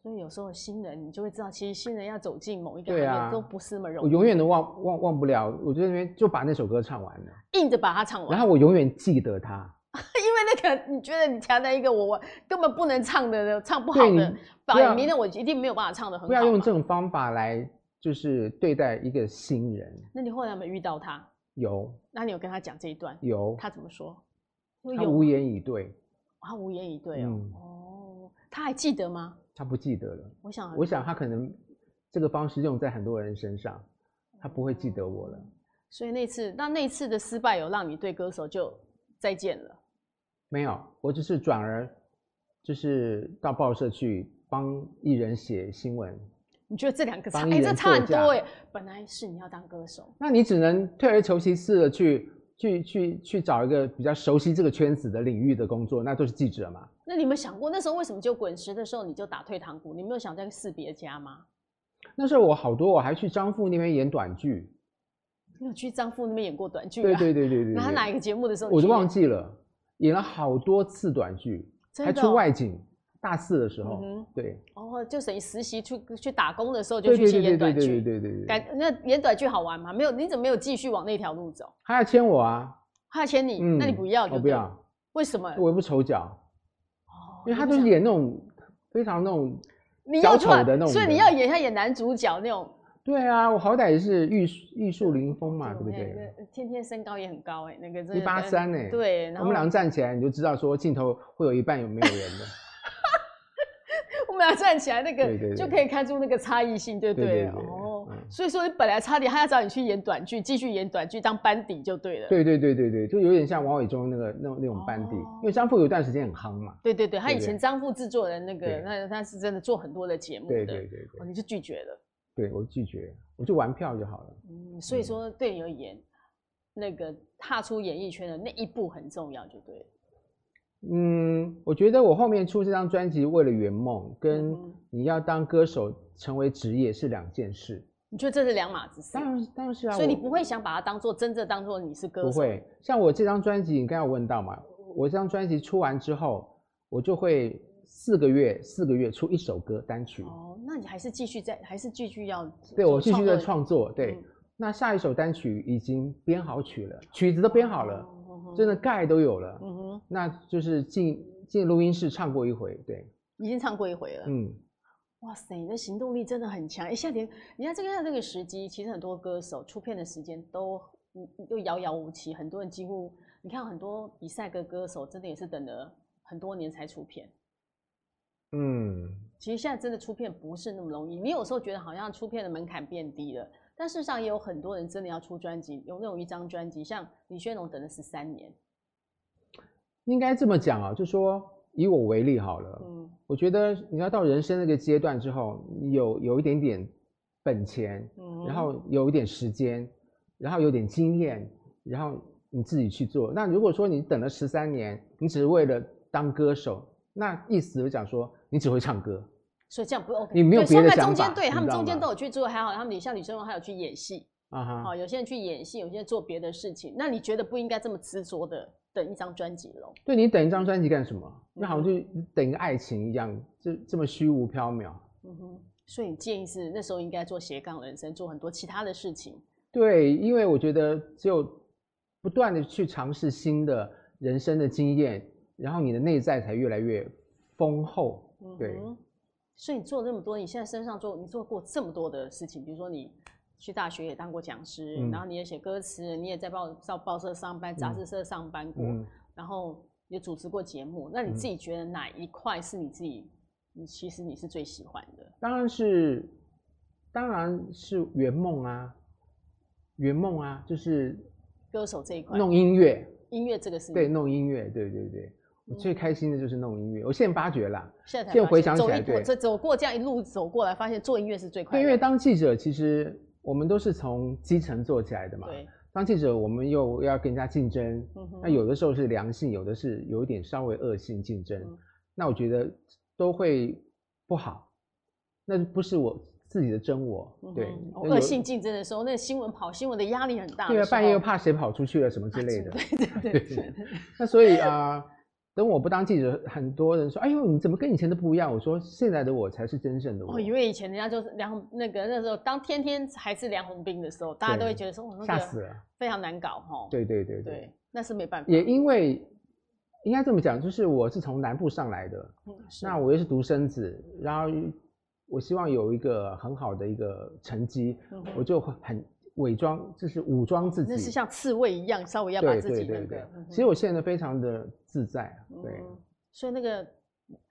所以有时候新人你就会知道，其实新人要走进某一个行
对
业、
啊
都不是那么容
我
易，
永远都忘忘忘不了，我在那边就把那首歌唱完了，
硬着把它唱完
然。后我永远记得它。
[LAUGHS] 因为那个你觉得你夹在一个我我根本不能唱的，唱不好
对你
的，
不要
摆明了我一定没有办法唱的很好。
不要用这。种方法来就是对待一个新人。
那你后来有没有遇到他？
有
那你有跟他讲这一段，
有，
他怎么说？
他
有
无言以对，
他无言以对哦。
嗯
哦，他还记得吗？
他不记得了。
我想，
我想他可能这个方式用在很多人身上，他不会记得我了。
所以那次，那那次的失败有让你对歌手就再见了。
没有，我只是转而就是到报社去帮艺人写新闻。
你觉得这两个差，
帮
哎、
艺
这
人
差很
作嫁
多哎。本来是你要当歌手，
那你只能退而求其次的去去去去找一个比较熟悉这个圈子的领域的工作，那都是记者嘛。
那你有没有想过那时候为什么就滚石的时候你就打退堂鼓？你没有想再试别家吗？
那时候我好多，我还去张富那边演短剧。
你有去张富那边演过短剧、啊？
对对对对对对。
那他
对
哪一个节目的时候，
我
就
都忘，记了，演了好多次短剧，
真
还
的
出
哦
外景。大四的时候，
嗯哼
对，
哦，就等于实习去去打工的时候就
对
去
对
去
对
演
对对
短
对对
剧，
对对对，
感那演短剧好玩吗？没有，你怎么没有继续往那条路走？
他要签我啊，
他要签你，
嗯，
那你不要就
我不
对
要
了，，为什么？
我又不丑角，
哦
因为他
你不
都是
想
演那种非常那种，
你
小
要出
丑
来
的那种
所以你
人啊
要演他演男主角那种
对啊，我好歹也是玉树玉树临风嘛，对不
我看
对？
那天天身高也很高哎、那个真的
一八三呢，，
对，然
我
后
们俩站起来你就知道说镜头会有一半有没有人的，
[LAUGHS] 我们俩站起来，那个
对对对
就可以看出那个差异性，对不对
对
了？
对对
哦，
嗯
所以说你本来差点他要找你去演短剧，继续演短剧当班底就对了。
对对对对对，就有点像王伟忠那个那种那种班底，
哦
因为张富有一段时间很夯嘛，
对对对他
对
以前张副制作人那个，
对
那他是真的做很多的节目的，
对对对
哦
对，
你就拒绝了。
对我拒绝，我就玩票就好了。
嗯，所以
嗯
说对你而言，那个踏出演艺圈的那一步很重要，就对了。
嗯，我觉得我后面出这张专辑，为了圆梦，
嗯
跟
哼
你要当歌手成为职业是两件事。
你觉得这是两码子事
当，然，当然是啊。
所以你
我
不会想把它当做真正当做你是歌手，
不会像我这张专辑，你刚才有问到嘛？我这张专辑出完之后，我就会四个月四个月出一首歌单曲。
哦，那你还是继续在，还是继续要
对，
做
我继续在
作
创作。对，
嗯
那下一首单曲已经编好曲了，曲子都编好了，
嗯哼
真的盖都有了。
嗯哼，
那就是进进录音室唱过一回。对，
已经唱过一回了。
嗯，
哇塞，你的行动力真的很强！一下连你看这个这个时机，其实很多歌手出片的时间都嗯都遥遥无期，很多人几乎你看很多比赛的歌手，真的也是等了很多年才出片。
嗯，
其实现在真的出片不是那么容易，你有时候觉得好像出片的门槛变低了，但事实上也有很多人真的要出专辑，有那种一张专辑，像李轩龙等了十三年，
应该这么讲啊，就说以我为例好了，
嗯
我觉得你要到人生那个阶段之后，你有有一点点本钱，
嗯
然后有一点时间，然后有点经验，然后你自己去做。那如果说你等了十三年，你只是为了当歌手，那意思就讲说你只会唱歌，
所以这样不 OK。
你没有
对
别的
虽然
想
中间
法
对
你
他们
知道
中间
吗
都有去做，还好他们像李轩龙还有去演戏，
啊哈，
哦，有些人去演戏，有些人做别的事情。那你觉得不应该这么执着的等一张专辑喽？
对你等一张专辑干什么？那好像
嗯
就等一个爱情一样，这这么虚无缥缈。
嗯哼，所以你建议是那时候应该做斜杠人生，做很多其他的事情。
对，因为我觉得只有不断的去尝试新的人生的经验，然后你的内在才越来越丰厚。
嗯
对，
哼，所以你做了那么多，你现在身上做你做过这么多的事情，比如说你去大学也当过讲师，
嗯
然后你也写歌词，你也在报报报社上班、杂志社上班过，
嗯，
然后也主持过节目。那你
嗯
自己觉得哪一块是你自己，你其实你是最喜欢的？
当然是，当然是圆梦啊，圆梦啊，就是
歌手这一块，
弄音乐，
音乐这个是
对，
你
弄音乐，对对对，我最开心的就是弄音
嗯
乐。我现在发觉啦，
现在才
现在
发
回
现
想
走
起来
一步
对
走走过这样一路走过来，发现做音乐是最快
对，
乐
因
的。
为当记者其实我们都是从基层做起来的嘛，
对，
当记者我们又要跟人家竞争，
嗯哼
那有的时候是良性，有的是有一点稍微恶性竞争，
嗯
那我觉得都会不好，那不是我自己的真我，
嗯
对
哼，
那有
恶性竞争的时候，那新闻跑新闻的压力很大的时
对
候。
啊，半夜又怕谁跑出去啊了什么之类的，
[LAUGHS] 对对对
[LAUGHS]
对对，
那所以啊、呃等我不当记者，很多人说，哎呦，你怎么跟以前的不一样？我说现在的我才是真正的我
哦，，因为以前人家就是梁红那个那时候，当天天还是梁红斌的时候，大家都会觉得说，哦我那
吓死
个
了，
非常难搞哈。
对对对对。
对，那是没办法。
也因为应该这么讲，就是我是从南部上来的，
嗯是
那我又是独生子，然后我希望有一个很好的一个成绩，
嗯哼
我就很伪装，就是武装自己，
那是像刺猬一样，稍微要把
对
自己那
对对
个
对。。
嗯哼
其实我现在非常的自在，啊对，
嗯所以那个，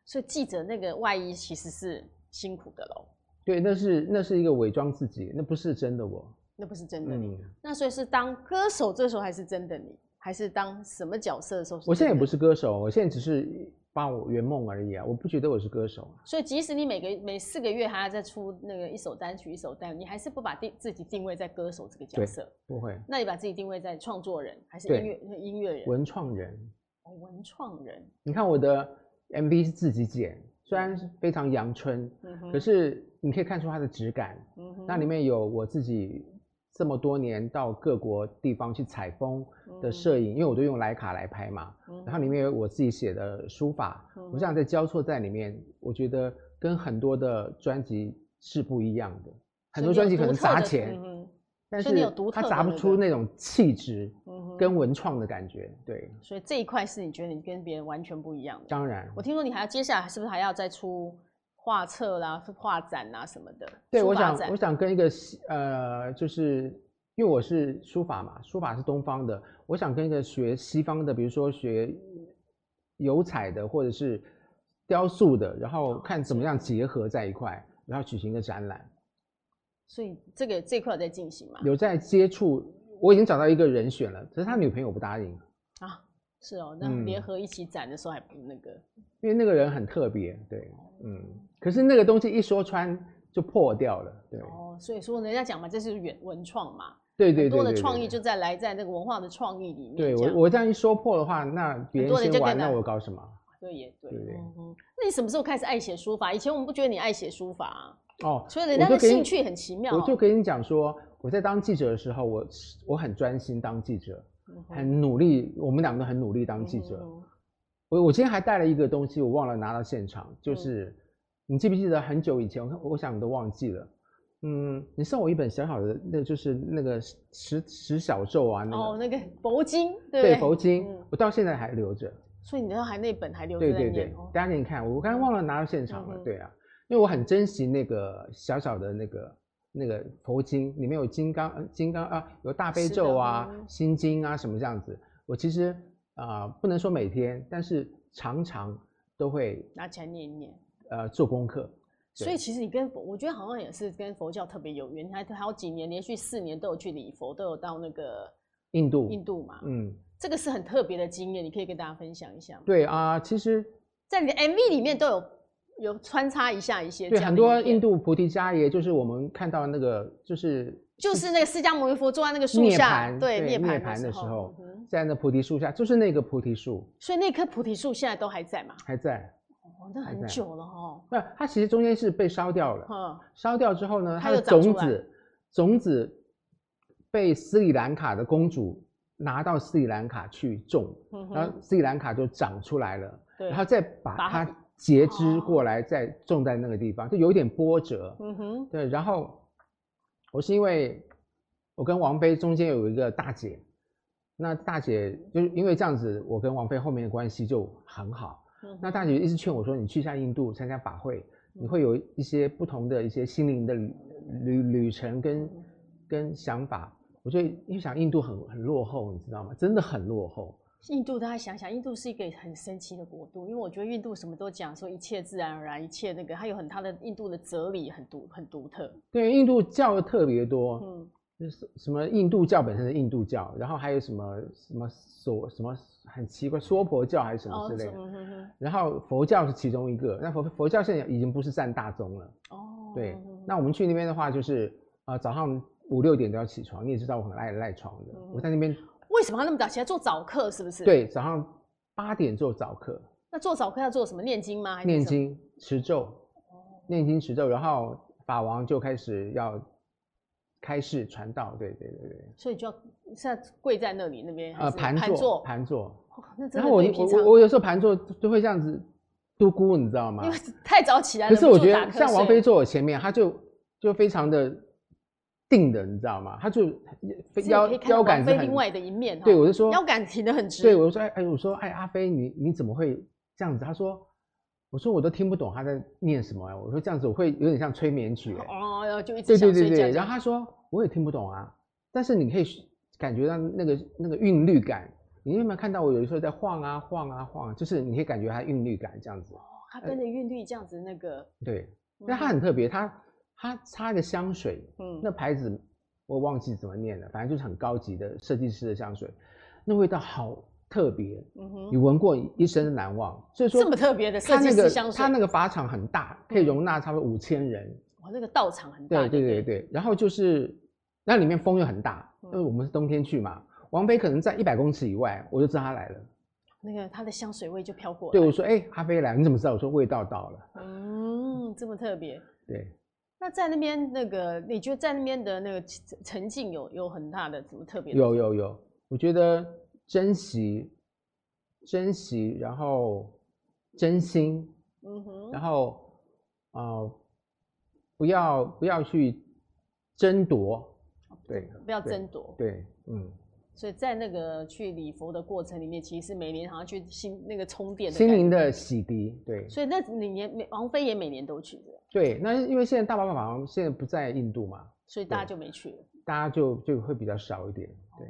所以记者那个外衣其实是辛苦的喽，
对，那是那是一个伪装自己，那不是真的我，
那不是真的你。
嗯，
那所以是当歌手这时候还是真的你，还是当什么角色的时候？
我现在也不
是
是歌手，我现在只是帮我圆梦而已啊，我不觉得我是歌手啊。
真的。所以即使你每个每四个月还要再出那个一首单曲一首单，你还是不把定自己定位在歌手这个角
对
色，
不会，
那你把自己定位在创作人还是
对
音乐呃音乐人、
文创人，
哦文创人？
你看我的 MV 是自己剪，虽然是非常阳春，
嗯
可
哼，
是你可以看出它的质感。
嗯哼
那里面有我自己这么多年到各国地方去采风的摄影，因为我都用徕卡来拍嘛。
嗯
然后里面有我自己写的书法，我这样在交错在里面，我觉得跟很多的专辑是不一样的。很多专辑可能砸钱，
嗯哼
但
所以你有
是
独特
它
的
砸不
那
出
个
那种气质
嗯哼，
跟文创的感觉。对，
所以这一块是你觉得你跟别人完全不一样的。
当然。
我听说你还要接下来是不是还要再出画册啦、画展啦什么的？
对，
书
我
法
想
展
我想跟一个西呃，就是因为我是书法嘛，书法是东方的，我想跟一个学西方的，比如说学油彩的或者是雕塑的，然后看怎么样结合在一块，然后举行一个展览。
所以这个这一块有在进行嘛？
有在接触，我已经找到一个人选了，可是他女朋友不答应，
啊，是哦，那
嗯
联合一起展的时候还不那个，
因为那个人很特别，对，嗯，可是那个东西一说穿就破掉了，对，
哦，所以说人家讲嘛，这是原文创嘛，
对
很
对对
多
对
的
对
创
对
意就在来在那个文化的创意里面这
对
样。
我我这样一说破的话，那别人
多人就
先
更
玩，那
难
我搞什么？
对也对，
对对
嗯哼。那你什么时候开始爱写书法？以前我们不觉得你爱写书法、啊，
哦，
所以人
我
家
就
的
给你
兴趣很奇妙。
我就跟你讲说，我在当记者的时候，我我很专心当记者，
嗯哼
很努力，我们两个都很努力当记者。
嗯
我我今天还带了一个东西，我忘了拿到现场，
嗯
就是你记不记得很久以前，我我想都忘记了。嗯，你送我一本小小的，那就是那个十十小咒啊，那个、
哦，那个佛经，对不
对
对
佛经，
嗯
我到现在还留着。
所以你那还那本还留着
对
在
对
念
对
哦，
大家给你看，我刚才忘了拿到现场了。
嗯哼
对啊，因为我很珍惜那个小小的那个那个佛经，里面有金刚呃金刚啊，有大悲
是的
咒啊、
嗯
心经啊什么这样子。我其实啊、不能说每天，但是常常都会
拿起来念一念。
呃做功课。
所以其实你跟佛我觉得好像也是跟佛教特别有缘，还还有几年连续四年都有去礼佛，都有到那个
印度，
印度嘛，
嗯，
这个是很特别的经验，你可以跟大家分享一下吗？
对啊、其实
在你的 MV 里面都有有穿插一下一些
对
这样
很
的
多
影片
印度菩提伽耶，就是我们看到那个就是
就是那个释迦牟尼佛坐在那个树
涅
下，
槃
对
对
涅
涅
槃
槃
的
的
时
时
候
候，
嗯哼
在那菩提树下，就是那个菩提树
所以那棵菩提树现在都还在嘛？
还在。
哦，那
还
很
在
久了哦。
那它其实中间是被烧掉了，
嗯，
烧掉之后呢，
它
它
又
的
长出
种
来
子种子被斯里兰卡的公主拿到斯里兰卡去种，
嗯
然后
哼，
斯里兰卡就长出来了，
对，
然后再把
把它
它截
哦
枝过来，再种在那个地方，就有一点波折。
嗯哼，
对，然后我是因为我跟王菲中间有一个大姐，那大姐就是因为这样子，我跟王菲后面的关系就很好。
嗯
那
哼
大姐一直劝我说：“你去一下印度参加法会，你
嗯
会有一些不同的一些心灵的旅旅旅程跟跟想法。”我就一想，印度很很落后，你知道吗？真的很落后。
印度，大家想想，印度是一个很神奇的国度，因为我觉得印度什么都讲说一切自然而然，一切那个，它有很它的印度的哲理很独很独特。
对，印度教的特别多，
嗯，
就是什么印度教本身是印度教，然后还有什么什么所什么很奇怪娑婆教还是什么之类
是
的，
嗯哼哼
然后佛教是其中一个。那佛佛教现在已经不是占大宗了，
哦，
对
嗯。哼
那我们去那边的话，就是呃早上五六点都要起床，你也知道我很爱赖床的。我在那边
为什么要那么早起来做早课？是不是？。
对早上八点做早课，
那做早课要做什么？念经吗？还是
念
哎什么。
经持咒，念经持咒，然后法王就开始要开示传道，对对对对，
所以就要现在跪在那里那边，还
呃
是
盘
盘
坐盘坐。
哦那真的
然后我
对
我
平常
我我有时候盘坐就会这样子嘟咕，你知道吗
因为？太早起来了，
可是我觉
不就打
得
瞌
像王
睡
菲坐我前面，她就就非常的定的，你知道吗？她就
其实也
腰
可以看到
腰
王
杆
菲
子
另
很，
外的一面哈，
对我就说
腰杆挺得很直，
对我就说哎哎，我说哎阿飞你你怎么会这样子？她说我说我都听不懂她在念什么呀、我说这样子我会有点像催眠曲、哎
哦，然后就一直
对
想
对
睡
对
觉这
对，
样。
然后她说我也听不懂啊，但是你可以感觉到那个那个韵律感。你有没有看到我有时候在晃啊晃啊晃，就是你可以感觉它韵律感这样子。
他跟着韵律这样子那个，
呃对，那
嗯
它很特别，它它擦的香水，
嗯，
那牌子我忘记怎么念了，反正就是很高级的设计师的香水，那味道好特别，
嗯
你
哼，
闻过一生难忘。所以说
这么特别的设
它
计
那
师
个
香水，嗯
它那个法场很大，可以容纳差不多五千人。
哇，那个道场很大，
对对对
不，
对，然后就是那里面风又很大，因为
嗯
我们是冬天去嘛。王菲可能在一百公尺以外，我就知道她来了。
那个他的香水味就飘过来，
对我说：“哎、阿飞来，你怎么知道？”我说：“味道到了。
嗯，这么特别。”
对，
那在那边那个，你觉得在那边的那个沉沉浸有有很大的什么特别的？
有有有，我觉得珍惜、珍惜，然后真心，
嗯哼，
然后呃，不要不要去争夺，对
不要
对
争夺。
对，嗯，
所以在那个去礼佛的过程里面，其实每年好像去心那个充电的
心
感
灵
觉。
的洗涤，对
所以那你年每王菲也每年都去的，
对。那因为现在大宝法王现在不在印度嘛，
所以大家
对
就没去了。
大家就就会比较少一点，对。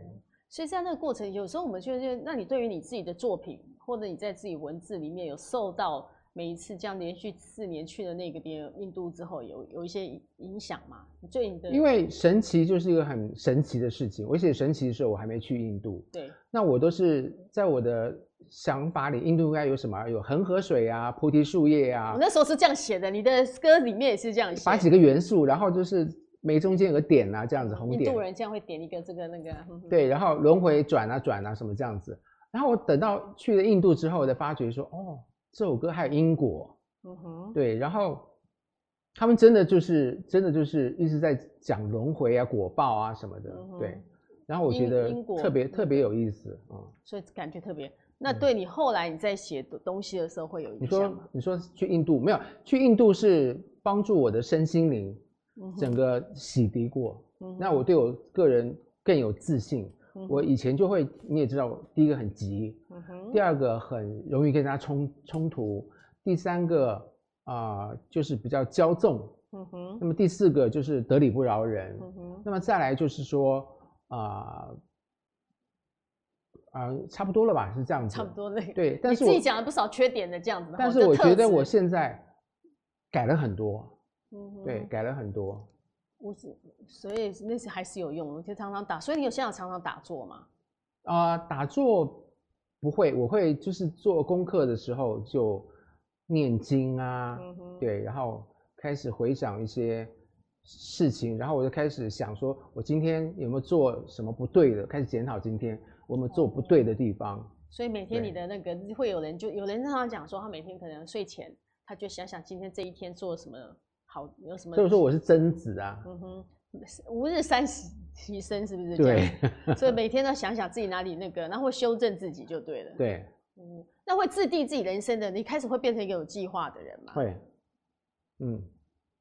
所以在那个过程，有时候我们觉得，那你对于你自己的作品，或者你在自己文字里面有受到每一次这样连续四年去的那个点印度之后，有有一些影影响嘛？你对你的
因为神奇就是一个很神奇的事情。我写神奇的时候，我还没去印度，
对
那我都是在我的想法里，印度应该有什么？有恒河水啊，菩提树叶啊
我，那时候是这样写的，你的歌里面也是这样写
把。几个元素，然后就是每中间有个点啊，这样子红
印
点
度，人这样会点一个这个那个，嗯哼，
对，然后轮回转啊转啊什么这样子。然后我等到去了印度之后，我才发觉说，哦，这首歌还有因果，
嗯哼，
对，然后他们真的就是真的就是一直在讲轮回啊、果报啊什么的，
嗯哼
对。然后我
因
觉得
因果
特别
嗯
特别有意思啊、嗯
所以感觉特别。那
嗯
对你后来你在写的东西的时候会有
你
影响
说
吗？
你说去印度没有？去印度是帮助我的身心灵
嗯哼
整个洗涤过，
嗯哼
那我对我个人更有自信。
嗯哼
我以前就会，你也知道，我第一个很急，
嗯哼
第二个很容易跟人家冲冲突，第三个啊、呃就是比较骄纵，
嗯哼
那么第四个就是得理不饶人，
嗯哼
那么再来就是说啊、啊、差不多了吧，是这样子。
差不。多那个。
对，但
你
是
自
我
己讲了不少缺点的这样子，
但
哈
是
就
我
特
觉得
质
我现在改了很多，
嗯哼
对，，改了很多。
我是所以那是还是有用的，就常常打。所以你有现在有常常打坐嘛？
啊、打坐不会，我会就是做功课的时候就念经啊，
嗯哼，
对，然后开始回想一些事情，然后我就开始想说，我今天有没有做什么不对的，开始检讨今天我有没有做不对的地方。
所以每天你
对
的那个会有人就有人常常讲说，他每天可能睡前他就想想今天这一天做了什么好，有什么。
所以说我是贞子啊，
嗯哼，吾日三省其身是不是？
对。
所以每天都想想自己哪里那个，然后会修正自己就对了。。
对，
嗯，那会制定自己人生的，你开始会变成一个有计划的人嘛？。
会，嗯，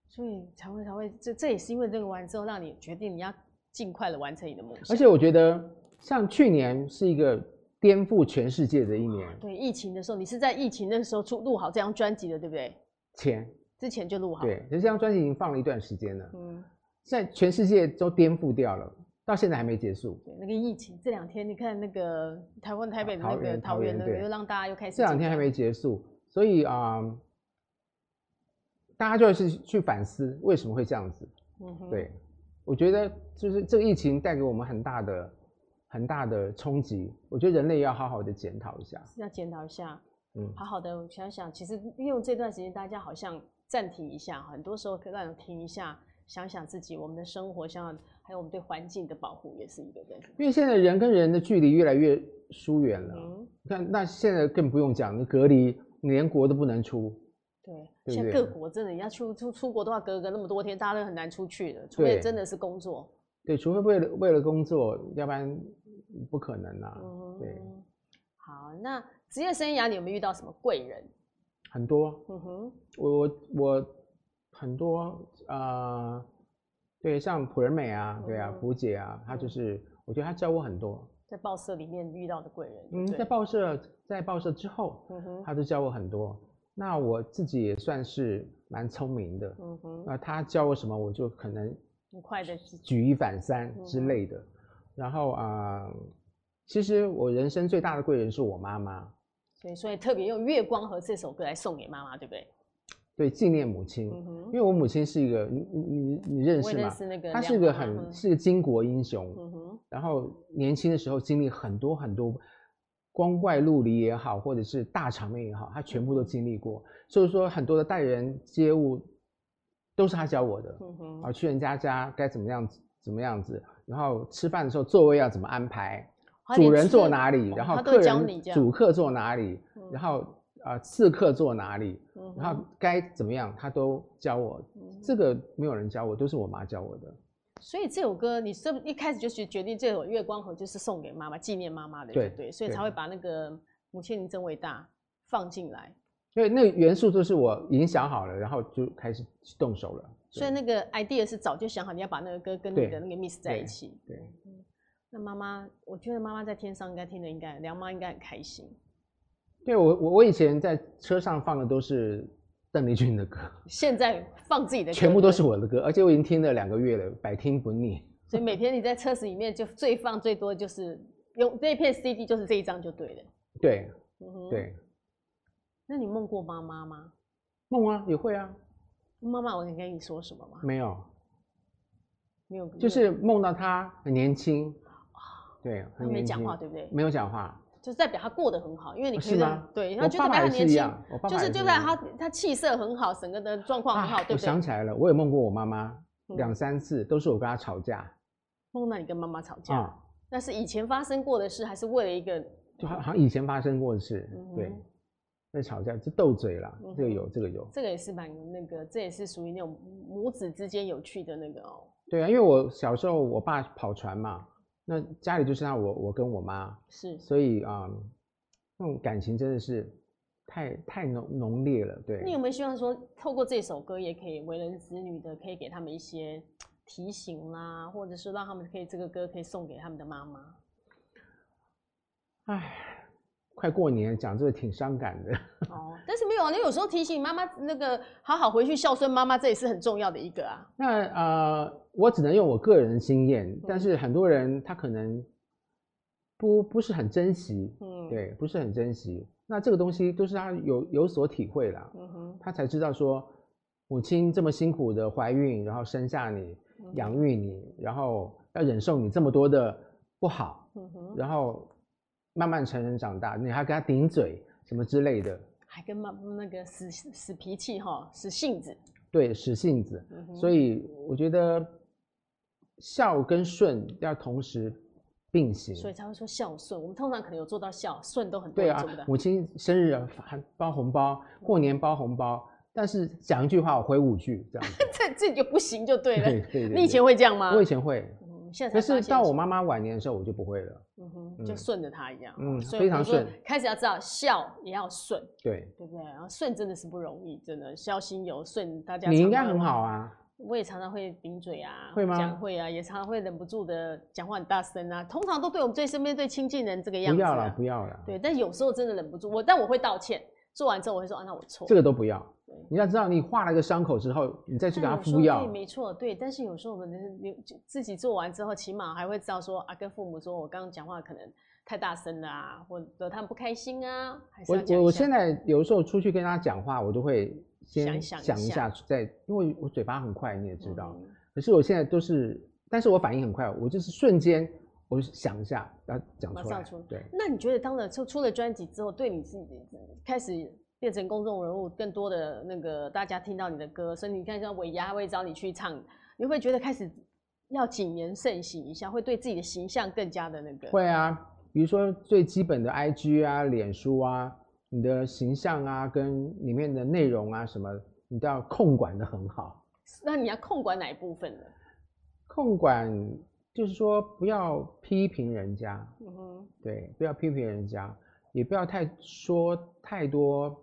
所以才会才会，这这也是因为这个完之后，让你决定你要尽快的完成你的梦想。
而且我觉得像去年是一个颠覆全世界的一年，
对，疫情的时候，你是在疫情那时候出录好这张专辑的，对不对？
前
之前就录好。。
对，其实这张专辑已经放了一段时间了。
嗯，
现在全世界都颠覆掉了，到现在还没结束。
对，那个疫情这两天，你看那个台湾台北的
桃
那个
园
桃
桃
园
园
的，
对
又让大家又开始
这两
紧
天还
张
没结束，所以啊、大家就是去反思为什么会这样子。
嗯哼，
对，我觉得就是这个疫情带给我们很大的、很大的冲击。我觉得人类要好好的检讨一下。
是要检讨一下，
嗯，
好好的想想。其实利用这段时间，大家好像暂停一下，很多时候可以让人停一下，想想自己我们的生活，想想还有我们对环境的保护，也是一个对。
因为现在人跟人的距离越来越疏远了。
嗯，
你看，那现在更不用讲，你隔离，你连国都不能出。
对，
对
现在
不
各
对
国真的要出出出国的话，隔个那么多天，大家都很难出去的，除非
对
真的是工作。
对，除非为了为了工作，要不然不可能啊。对
嗯，好，那职业生涯你有没有遇到什么贵人？
很多。
嗯哼，
我我我很多呃，对，像普仁美啊，对啊
嗯，
蒲姐啊，她就
嗯
是，我觉得她教我很多。
在报社里面遇到的贵人，
嗯，
对
在，报社，在报社之后，
嗯哼，
她都教我很多。那我自己也算是蛮聪明的，
嗯哼，
那她教我什么，我就可能
很快的，
举一反三之
嗯哼
类的。然后啊、呃其实我人生最大的贵人是我妈妈，
所以所以特别用《月光河》这首歌来送给妈妈，对不对？
对，纪念母亲。
嗯哼
因，为我母亲是一个，你你你你嗯认
我
识
也认
吗？
识那个，
她是一个很，是一个巾帼英雄，
嗯哼，
然后年轻的时候经历很多很多光怪陆离也好，或者是大场面也好，他全部都经历
嗯
过。所以说，很多的待人接物都是他教我的。
嗯
啊，
哼，
去人家家该怎么样子，怎么样子，然后吃饭的时候座位要怎么安排，
她连
主人
吃
坐
的
哪里，
哦
然后
她都
客
教你
人
这样
主客坐哪里，然后啊、呃次客坐哪里，
嗯
然后
哼
该怎么样，他都教我。
嗯
这个没有人教我，都是我妈教我的。
所以这首歌，你这么一开始就决决定这首《月光河》就是送给妈妈纪念妈妈的，对
对
不对，所以
对
才会把那个母亲您真伟大放进来。
因为那个元素都是我已经想好了，然后就开始动手了。
所以那个 idea 是早就想好你要把那个歌跟你
对
的那个 miss 在一
对
起。
对
嗯，那妈妈，我觉得妈妈在天上应该听得应该梁妈应该很开心。
对我我我以前在车上放的都是邓丽君的歌，
现在放自己的歌
全部都
对
是我的歌，而且我已经听了两个月了，百听不腻。
所以每天你在车子里面就最放最多就是用这一片 CD 就是这一张就对了。
对
嗯哼。。
对，
那你梦过妈妈吗？
梦啊也会啊，
妈妈，我能跟你说什么吗？
没有，
没有，没
就
有
是梦到她很年轻，对，
他
很
啊没
年
讲
轻，
话，对不对？
没有讲话。
就是代表他过得很好，因为你
嗯哦
觉
是
得
吗
对，他
我
觉
爸
得
爸
他
也
年
是一
轻
样，我爸爸
就是
也
就
一
在
样
他他气色很好，整个的状况很好，
啊
对不
我
对
想？起来了，我也梦过我妈妈
嗯
两三次，都是我跟她吵架
梦到你跟妈妈吵架，
啊，
那是以前发生过的事，还是为了一个
就好好像以前发生过的事
嗯，哼
对，在吵架就斗嘴啦
嗯，
这个
哼
有，这个有。
这个也是蛮那个，这也是属于那种母子之间有趣的那个哦，
对啊，因为我小时候我爸跑船嘛，那家里就剩下我我跟我妈，
是
所以啊、嗯那种感情真的是太太浓浓烈了。对
那，有没有希望说，透过这首歌也可以为人子女的，可以给他们一些提醒啦，或者是让他们可以这个歌可以送给他们的妈
[LAUGHS]
妈？
唉，快过年讲这个挺伤感的。
哦，但是没有啊，你有时候提醒妈妈那个好好回去孝顺妈妈，这也是很重要的一个啊。
那呃，我只能用我个人的经验，但
嗯
是很多人他可能不不是很珍惜，
嗯，，
对，不是很珍惜。那这个东西都是他有有所体会啦，
嗯哼，
他才知道说，母亲这么辛苦的怀孕，然后生下你，
嗯
养育你，然后要忍受你这么多的不好，
嗯哼，
然后慢慢成人长大，你还跟他顶嘴什么之类的，
还跟妈那个死死脾气哈，死性子，
对，使性子。
嗯哼，
所以我觉得孝跟顺要同时并行。
所以才会说孝顺。我们通常可能有做到孝顺，都很多
对
人
啊
做不到，。
母亲生日啊还包红包，过年包红包，但是讲一句话我回五句这样子。
[LAUGHS] 这这就不行就 [LAUGHS] 对了。
[LAUGHS] 对
你以前会这样吗？
我以前会，
嗯，现在才
可
发
是
现
到我妈妈晚年的时候我就不会了。
嗯哼，
嗯
就顺着他一样，哦
嗯
所以
非
我们
常
说
顺
开始要知道孝也要顺，
对，
对不对？然后顺真的是不容易，真的孝心有顺，大家
你应
常
该
常
很好啊。
我也常常会顶嘴啊，
会吗
讲会啊，也常常会忍不住的讲话很大声啊。通常都对我们最身边最亲近人这个样
不
子、
要了，
啊。
不要了，
对，但有时候真的忍不住，我但我会道歉，做完之后我会说啊，那我错。
这个都不要
对。
你要知道，你画了个伤口之后，你再去
但
给它
有时候
敷药
对，。没错，对。但是有时候我们的就自己做完之后，起码还会知道说啊，跟父母说我刚刚讲话可能太大声了啊，或者他们不开心啊，还是
我
要讲
我
一
我
下
现。在有时候出去跟他讲话，我都会
想一
先
想一
想一
下
下，再因为我嘴巴很快，你也知道。
嗯
可是我现在都是，但是我反应很快，我就是瞬间我想一下，然后讲
马
出来
上出。
对，
那你觉得，当了出出了专辑之后，对你自己开始变成公众人物，更多的那个大家听到你的歌，所以你看像尾牙会找你去唱，你会觉得开始要谨言慎行一下，会对自己的形象更加的那个。
会啊，比如说最基本的 IG 啊、脸书啊，你的形象啊，跟里面的内容啊什么，你都要控管的很好。
那你要控管哪一部分呢？
控管就是说不要批评人家，
嗯哼，
对，不要批评人家，也不要太说太多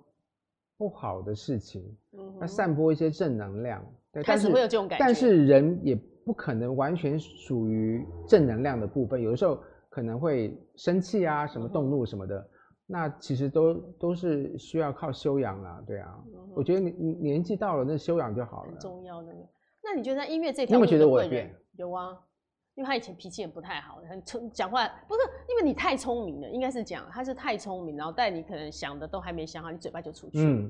不好的事情，
嗯哼
那散播一些正能量。对，
开
但
始
是
会有这种感觉。
但是人也不可能完全属于正能量的部分，有的时候可能会生气啊，什
嗯
么
哼
动怒什么的，那其实都都是需要靠修养啊，对啊。
嗯
我
哼
觉得你你年纪到了，那修养就好了
很。重要的。那你觉得在音乐这
你
条
有
路
没有
的
觉得啊我有
贵人
变
有啊，因为他以前脾气也不太好，很冲，讲话不是因为你太聪明了，应该是讲他是太聪明，然后但你可能想的都还没想好，你嘴巴就出去。
嗯，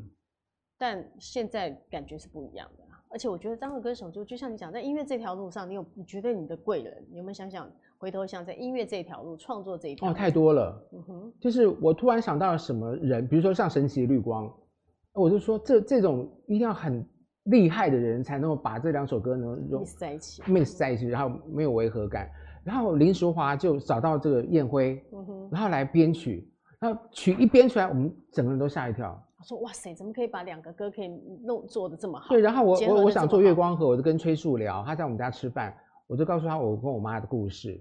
但现在感觉是不一样的啊、而且我觉得当个歌手就就像你讲，在音乐这条路上，你有你觉得你的贵人，你有没有想想回头想在音乐这条路、创作这一条
哦，
路？
太多了。
嗯哼，
就是我突然想到了什么人，比如说像神奇绿光，我就说这这种一定要很厉害的人才能够把这两首歌能融
一直在一起。
mix 在一起，然后没有违和感。然后林淑华就找到这个燕辉，
嗯哼，
然后来编曲，然后曲一编出来，我们整个人都吓一跳。
我说哇塞，怎么可以把两个歌可以弄做的这么好？
对，然后我
结合
我
得
我
这
想
么
做月
好
光河，我就跟崔树聊，他在我们家吃饭，我就告诉他我跟我妈的故事，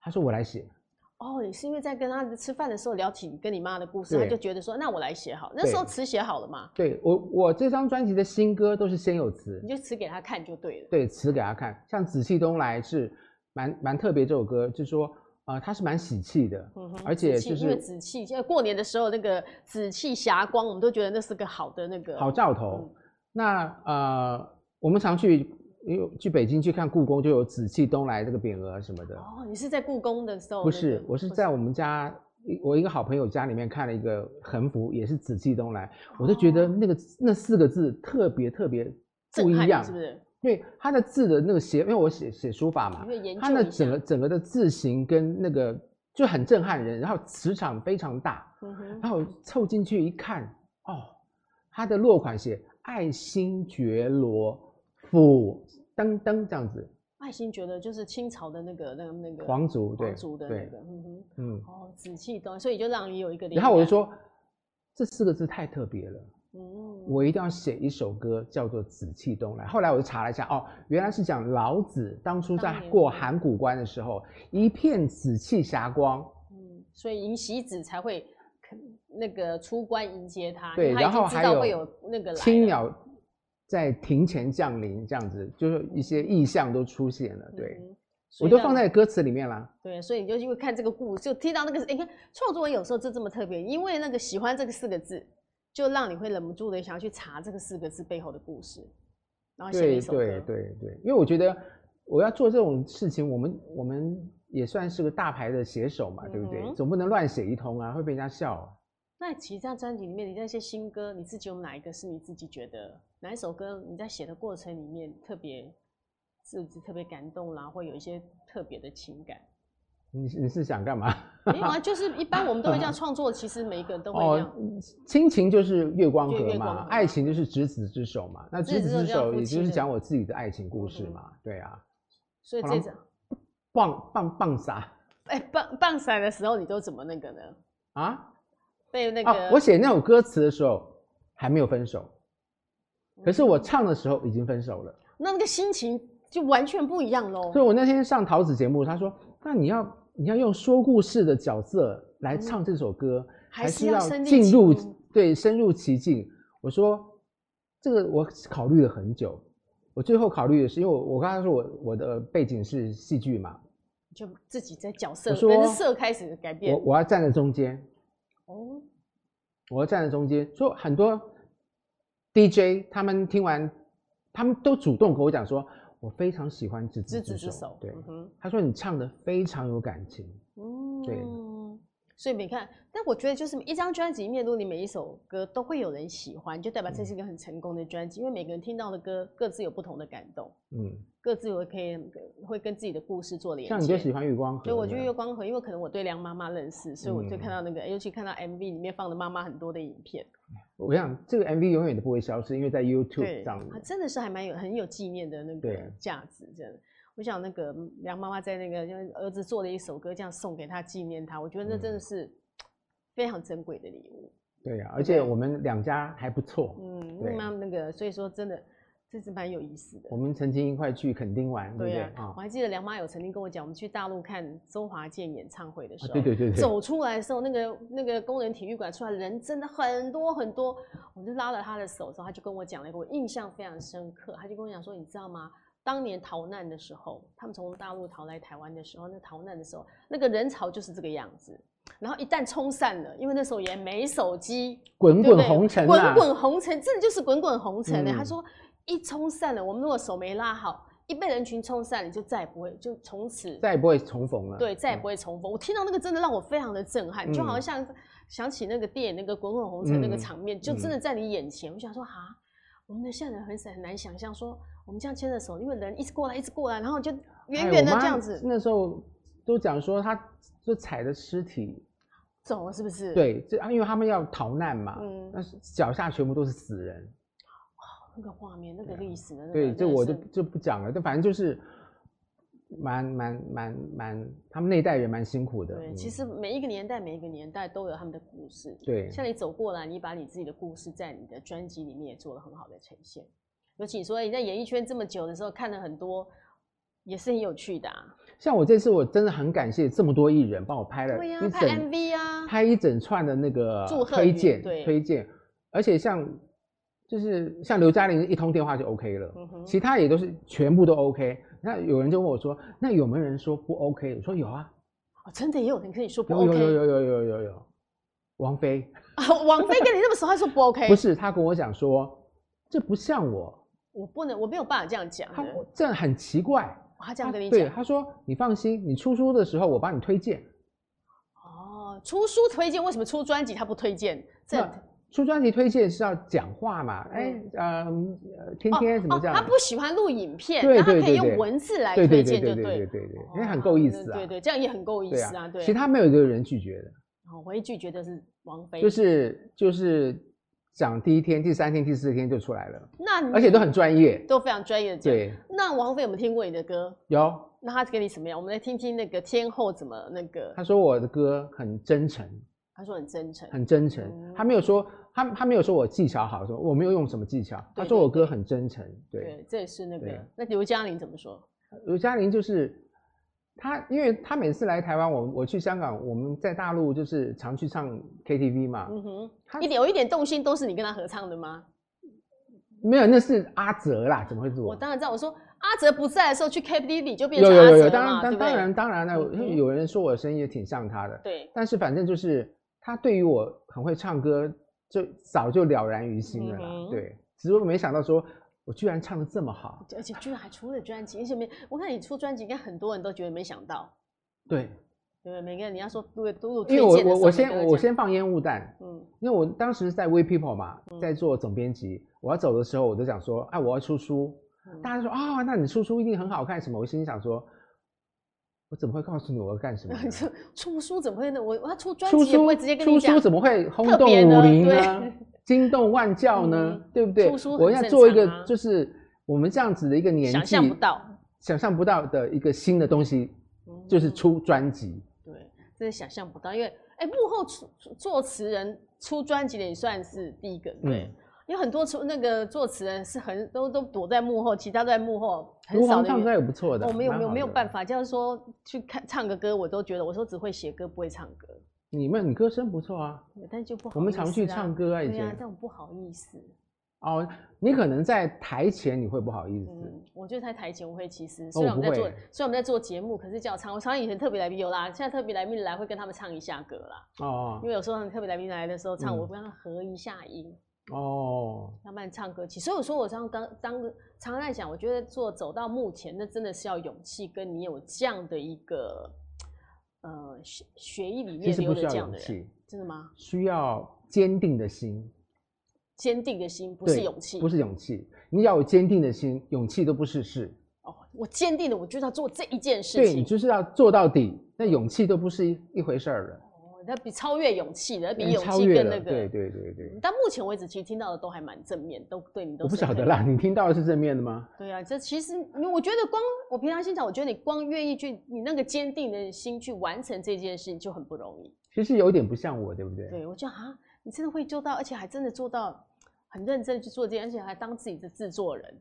他说我来写，
哦，你是因为在跟他吃饭的时候聊起你跟你妈的故事，他
对
就觉得说，那我来写好。那时候
对
词写好了嘛，
对我我这张专辑的新歌都是先有词
你，就词给他看就对了。
对词给他看，像《紫气东来》是蛮蛮特别这首歌，就是说呃它是蛮喜气的，
嗯哼
而且
紫气
就
因为
是
紫气，现在过年的时候那个紫气霞光，我们都觉得那是个好的那个
好兆头。
嗯
那呃我们常去。因为去北京去看故宫，就有“紫气东来”这个匾额什么的。
哦，你是在故宫的时候那个？
不是，我是
不
在我们家一我一个好朋友家里面看了一个横幅，也是紫气东来，我就觉得
哦
那个那四个字特别特别不
震
一
撼你
样，
是不是？
因为它的字的那个写，因为我写写书法嘛
你，会研
它
究
的
一下
啊整。个整个的字形跟那个就很震撼人，然后磁场非常大，
嗯哼，
然后凑进去一看，哦，它的落款写爱新觉罗府噔噔这样子，
爱新觉得就是清朝的那个那个那个
皇族对
皇族的那
对
个，嗯哼，
嗯。
哦，紫气东，所以就让你有一个。
然后我就，说，这四个字太特别了，
嗯，
我一定要写一首歌叫做《紫气东来》。后来我就查了一下，哦，原来是讲老子当初在
当年
过函谷关的时候，一片紫气霞光，
嗯，所以迎喜子才会肯那个出关迎接他，因
对
为他已
然
经
后
知
还
道
有
会有那个来
青
了，
鸟在庭前降临，这样子就是一些意象都出现了。对，
嗯哼
我
所以
都
让
放在歌词里面啦。
对，所以你就因为看这个故事，就听到那个，哎你看创作文有时候就这么特别，因为那个喜欢这个四个字，就让你会忍不住的想要去查这个四个字背后的故事，然后写了
对
一首歌，
对对对，因为我觉得我要做这种事情，我们我们也算是个大牌的写手嘛，对不对？
嗯哼
总不能乱写一通啊，会被人家笑啊。
那其实这张专辑里面，你那些新歌，你自己有哪一个是你自己觉得哪一首歌你在写的过程里面特别，是不是特别感动啦，或有一些特别的情感？
你你是想干嘛？
没有啊，就是一般我们都会这样创作，其实每一个 [LAUGHS] 人都会这样。，
哦亲情就是月光
就
河
月光
嘛，
河
爱情就是执子之手嘛。那执
执
子
子
之
之手
手也
夫妻
就是
的
讲我自己的爱情故事
嗯哼
嘛，对啊，
所以
好啦
这张，
棒棒棒啥
哎、棒棒赛的时候，你都怎么那个呢？
啊？
被那个、
啊，我写那首歌词的时候还没有分手，可是我唱的时候已经分手了。
嗯那那个心情就完全不一样喽
所。以我那天上桃子节目，他说：“那你要你要用说故事的角色来唱这首歌，
嗯还是要身临
进
其
入
境
对深入其境。”我说：“这个我考虑了很久，我最后考虑的是，因为我我刚才说我我的背景是戏剧嘛，
就自己在角色
我说
人设开始改
我
变。
我要站在中间，
哦，
我要站在中间，所以很多 DJ 他们听完，他们都主动跟我讲说，我非常喜欢执子
执子
之
之
手，
手，
对。
嗯哼
他说你唱的非常有感情，
嗯，
对。
所以你看，但我觉得就是一张专辑里面，如果你每一首歌都会有人喜欢，就代表这是一个很成功的专辑，因为每个人听到的歌各自有不同的感动，
嗯，
各自有可以呃会跟自己的故事做连接。
像你就喜欢月光河，
所以我就月光河，因为可能我对梁妈妈认识，所以我就
嗯
看到那个，尤其看到 MV 里面放的妈妈很多的影片，
我想这个 MV 永远都不会消失，因为在 YouTube
对，
上
啊真的是还蛮有很有纪念的那个
对
价值，真的。我想那个梁妈妈在那个就是儿子做了一首歌，这样送给他纪念他，我觉得那真
嗯
的是非常珍贵的礼物。
对啊，而且我们两家还不错，
嗯，
对
那么那个所以说真的这是蛮有意思的
我。们曾经一块去垦丁玩，对不
对
对
呀、我
啊？
还记得梁妈有曾经跟我讲，我们去大陆看周华健演唱会的时
啊
候，
对对对对，
走出来的时候，那个那个工人体育馆出来人真的很多很多，我就拉了他的手之后，他就跟我讲了一个我印象非常深刻，他就跟我讲说，你知道吗？当年逃难的时候，他们从大陆逃来台湾的时候，那逃难的时候，那个人潮就是这个样子。然后一旦冲散了，因为那时候也没手机，
滚
对不
滚
对
红尘
滚
啊，
滚红尘，真的就是滚滚红尘呢、
嗯
他说，一冲散了，我们如果手没拉好，一被人群冲散，你就再也不会，就从此
再也不会重逢了。
对，再也不会重逢。我听到那个真的让我非常的震撼，就好
嗯
像像想起那个电影那个《滚滚红尘》那个
嗯
场面，就真的
嗯
在你眼前。我想说，哈，我们的现在人很少很难想象说我们这样牵着手，因为人一直过来，一直过来，然后就
哎
远远的
我妈
这样子
那时候都讲说，他就踩着尸体，
走了，是不是？，
对，这啊因为他们要逃难嘛，
嗯，
那是脚下全部都是死人。
那个画面，那个历史的嗯那个，
对，
真
这
的
我就是就不讲了，但反正就是蛮蛮蛮蛮，他们那一代人蛮辛苦的。
对，
嗯
其实每一个年代，每一个年代都有他们的故事。
对
像你走过来，你把你自己的故事在你的专辑里面也做了很好的呈现。尤其说你在演艺圈这么久的时候，看了很多，也是很有趣的、啊。
像我这次，我真的很感谢这么多艺人帮我拍了
对
一
呀、
整
拍 MV 啊，
拍一整串的那个
祝贺
推
语
荐
对
推荐，而且像就是像刘嘉玲一通电话就 OK 了，
嗯哼
其他也都是全部都 OK。那有人就问我说，那有没有人说不 OK？我说有啊，
哦，真的也有人跟你说不
有有
OK
有有有有有有，王菲。
啊，王菲跟你那么熟，她说
[LAUGHS]
不 OK，
不是，他跟我讲说，这不像我，
我不能，我没有办法这样讲
他
的。
我这样很奇怪。
他嗯这样
他
跟你
对，
讲，
他说你放心，你出书的时候我帮你推荐。
哦，出书推荐，为什么出专辑他不推荐？这
那出专辑推荐是要讲话嘛？哎、嗯，呃，天天怎么这样？
他哦不喜欢录影片，
对
那他
对
可以
对
用
对
文字来
对
推
对对
荐，
对
就
对对对
对。
对，对因为很够意思
哦
啊。
对对，这样也很够意
对
思啊，对。
其他没有一个人拒绝的，
哦，我一拒绝的是王菲，
就是就是讲第一天、第三天、第四天就出来了，
那你
而且都很专业。
都非常专业的讲。
对，
那王菲有没有听过你的歌？
有
那她给你什么样？我们来听听那个天后怎么那个
他，说我的歌很真诚，
她说很真诚，
很真诚。
哦
他没有说他他没有说我技巧好，说我没有用什么技巧。他
对
说
对
我歌很真诚。对，
对，这也是那
对
个。那刘嘉玲怎么说？
刘嘉玲就是她，因为她每次来台湾，我我去香港，我们在大陆就是常去唱 KTV 嘛。
嗯哼，
啊她
一点有一点动心都是你跟他合唱的吗？
没有，那是阿哲啦，怎么会是
我
我？
当然知道，我说阿哲不在的时候去 KTV 就变
有
成
有
阿
有
哲
有，当
嘛，对
然当
不对
当然当然了，因
嗯
为
哼
有人说我的声音也挺像他的，
对，
但是反正就是他对于我很会唱歌，就早就了然于心了啦。
嗯哼
对，只是我没想到说我居然唱的这么好。
而且居然还出了专辑，而且没，我看你出专辑，应该很多人都觉得没想到，
对，
对不对？每个人你要说都都有
因
推
为我
荐的时
我
候
我
每
先
个人
我
讲
先放烟雾弹，
嗯
因为我当时在 We People 嘛，在做总编辑，我要走的时候我就想说，哎、我要出书，
嗯 [LAUGHS]
大家说啊、那你出书一定很好看什么？我心里想说，我怎么会告诉你我要干什么
[LAUGHS]
呢？
出出书怎么会呢？我我要出专
出
辑也不
书
会直接跟
出
你讲
书。怎么会轰
特
动
别呢
武林
对 [LAUGHS]
呢？惊动万教呢？
嗯
对不对？
出书很
我要
正
做一个
常啊
就是我们这样子的一个年纪，
想象不到，
想象不到的一个新的东西，就是
嗯
出专辑。
对，真是想象不到，因为哎、幕后出出作词人出专辑的也算是第一个，对，
嗯
有很多出那个作词人是很都都躲在幕后，其他都在幕后，很
卢
少
黄
的
唱歌
人。哦
也不错的，
我没有
蛮
没有
好
没有
的
办。法，就是说去看唱个歌，我都觉得我说只会写歌不会唱歌，
你们你歌声不错啊，
对但就不好、
我们常去唱，歌啊，以
对呀、
前
啊，但我不好意思。
哦，你可能在台前你会不好意思，
嗯，我觉得在台前我会，其实
我
虽然我们
哦不
在做，
会
虽然我们在做节目，可是叫我唱，我常常以前特别来宾有啦，现在特别来宾来会跟他们唱一下歌啦，
哦
因为有时候特别来宾来的时候唱，
嗯
我会让他合一下音，
哦，
要不然唱歌起。所以我说我常刚当常常在讲，我觉得做走到目前，那真的是要勇气，跟你有这样的一个呃血血液里
其
面
实不
流着
需要
这样
勇
的人，
气，
真的吗？
需要坚定的心，
坚定的心不
对
是勇气，
不是勇气，你要有坚定的心，勇气都不是事，
哦，我坚定的，我就要做这一件事
对你
情。
就是要做到底，那勇气都不是一一回事儿了，
哦那比超越勇气的，比
你
勇
嗯超
气
越
更
了，
那个。
对对对对，
但目前为止，其实听到的都还蛮正面，都对你都
我不
是
晓得
很
啦，。你听到的是正面的吗？
对啊，这其实因为我觉得光我平常心想，我觉得你光愿意去，你那个坚定的心去完成这件事情就很不容易。
其实有点不像我，对不对？
对我觉得啊，你真的会做到，而且还真的做到很认真地去做这件，而且还当自己的制作人。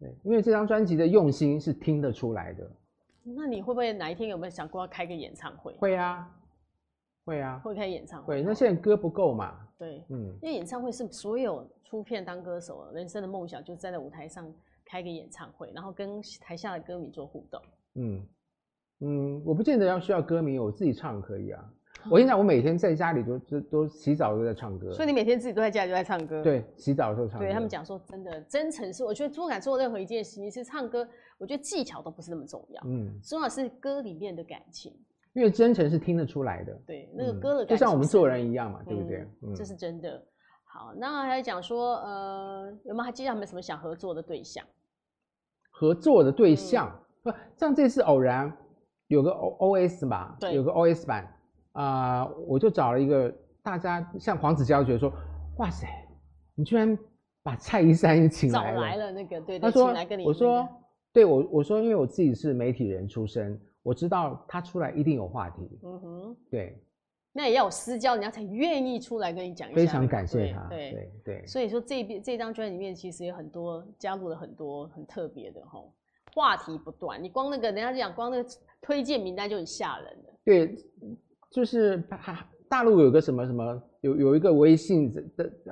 对，因为这张专辑的用心是听得出来的，
那你会不会哪一天有没有想过要开个演唱会？
会啊，会啊，
会开演唱会？
会。那现在歌不够嘛，
对，
嗯，
因为演唱会是所有出片当歌手人生的梦想，就是站在舞台上开个演唱会，然后跟台下的歌迷做互动。
嗯嗯，我不见得要需要歌迷，我自己唱可以啊。我跟你讲，我每天在家里都都都洗澡都在唱歌，
哦所以你每天自己都在家里就在唱歌。。
对洗澡的时候唱歌。
对他们讲说，真的真诚是，我觉得不敢做任何一件事情，是唱歌，我觉得技巧都不是那么重要，
嗯，
重要的是歌里面的感情。
因为真诚是听得出来的，
对，那个
嗯
歌的
就
感情、
像我们做人一样嘛，对不对？
嗯，这是真的。好，那还讲说，呃，有没有还记得他们什么想合作的对象？
合作的
嗯
对象，不、像这次偶然有个 O O S 吧，
对
有个 O S 版啊、我就找了一个大家像黄子佼觉得说，哇塞，你居然把蔡依珊请
找
来了，
来了那个，对
他
对，
说
请来跟你那个。
我说，对我我说，因为我自己是媒体人出身，我知道他出来一定有话题，
嗯哼，
对，
那也要有私交，人家才愿意出来跟你讲一下那个。
非常感谢他，
对
对对
所以说这边这张专辑里面其实有很多加入了很多很特别的吼，话题不断。你光那个人家讲光那个推荐名单就很吓人了。
对，就是大大陆有个什么什么，有有一个微信的，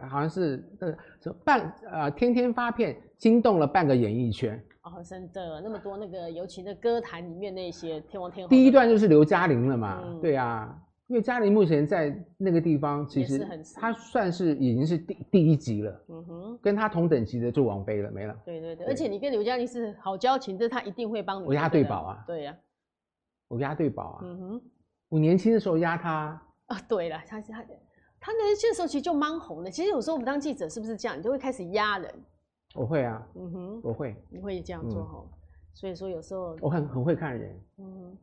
好像是呃什么半啊、天天发片，惊动了半个演艺圈。
哦，真的那么多那个，尤其那歌坛里面那些天王天后，
第一段就是刘嘉玲了嘛，
哦嗯
对啊，因为嘉玲目前在那个地方，其
也是
实
很熟
她算是已经是第第一级了，
嗯哼，
跟她同等级的就王菲了，没了。
对对对，
对
而且你跟刘嘉玲是好交情，这他一定会帮你。
我压对宝啊
对呀、
我压对宝啊，
嗯哼，
我年轻的时候压她，
啊对了，他他他年轻的时候其实就蛮红的。其实有时候我们当记者是不是这样，你就会开始压人，
我会啊，
嗯哼，
我会，
你会这样
嗯
做吼。所以说有时候
我很很会看人，
嗯，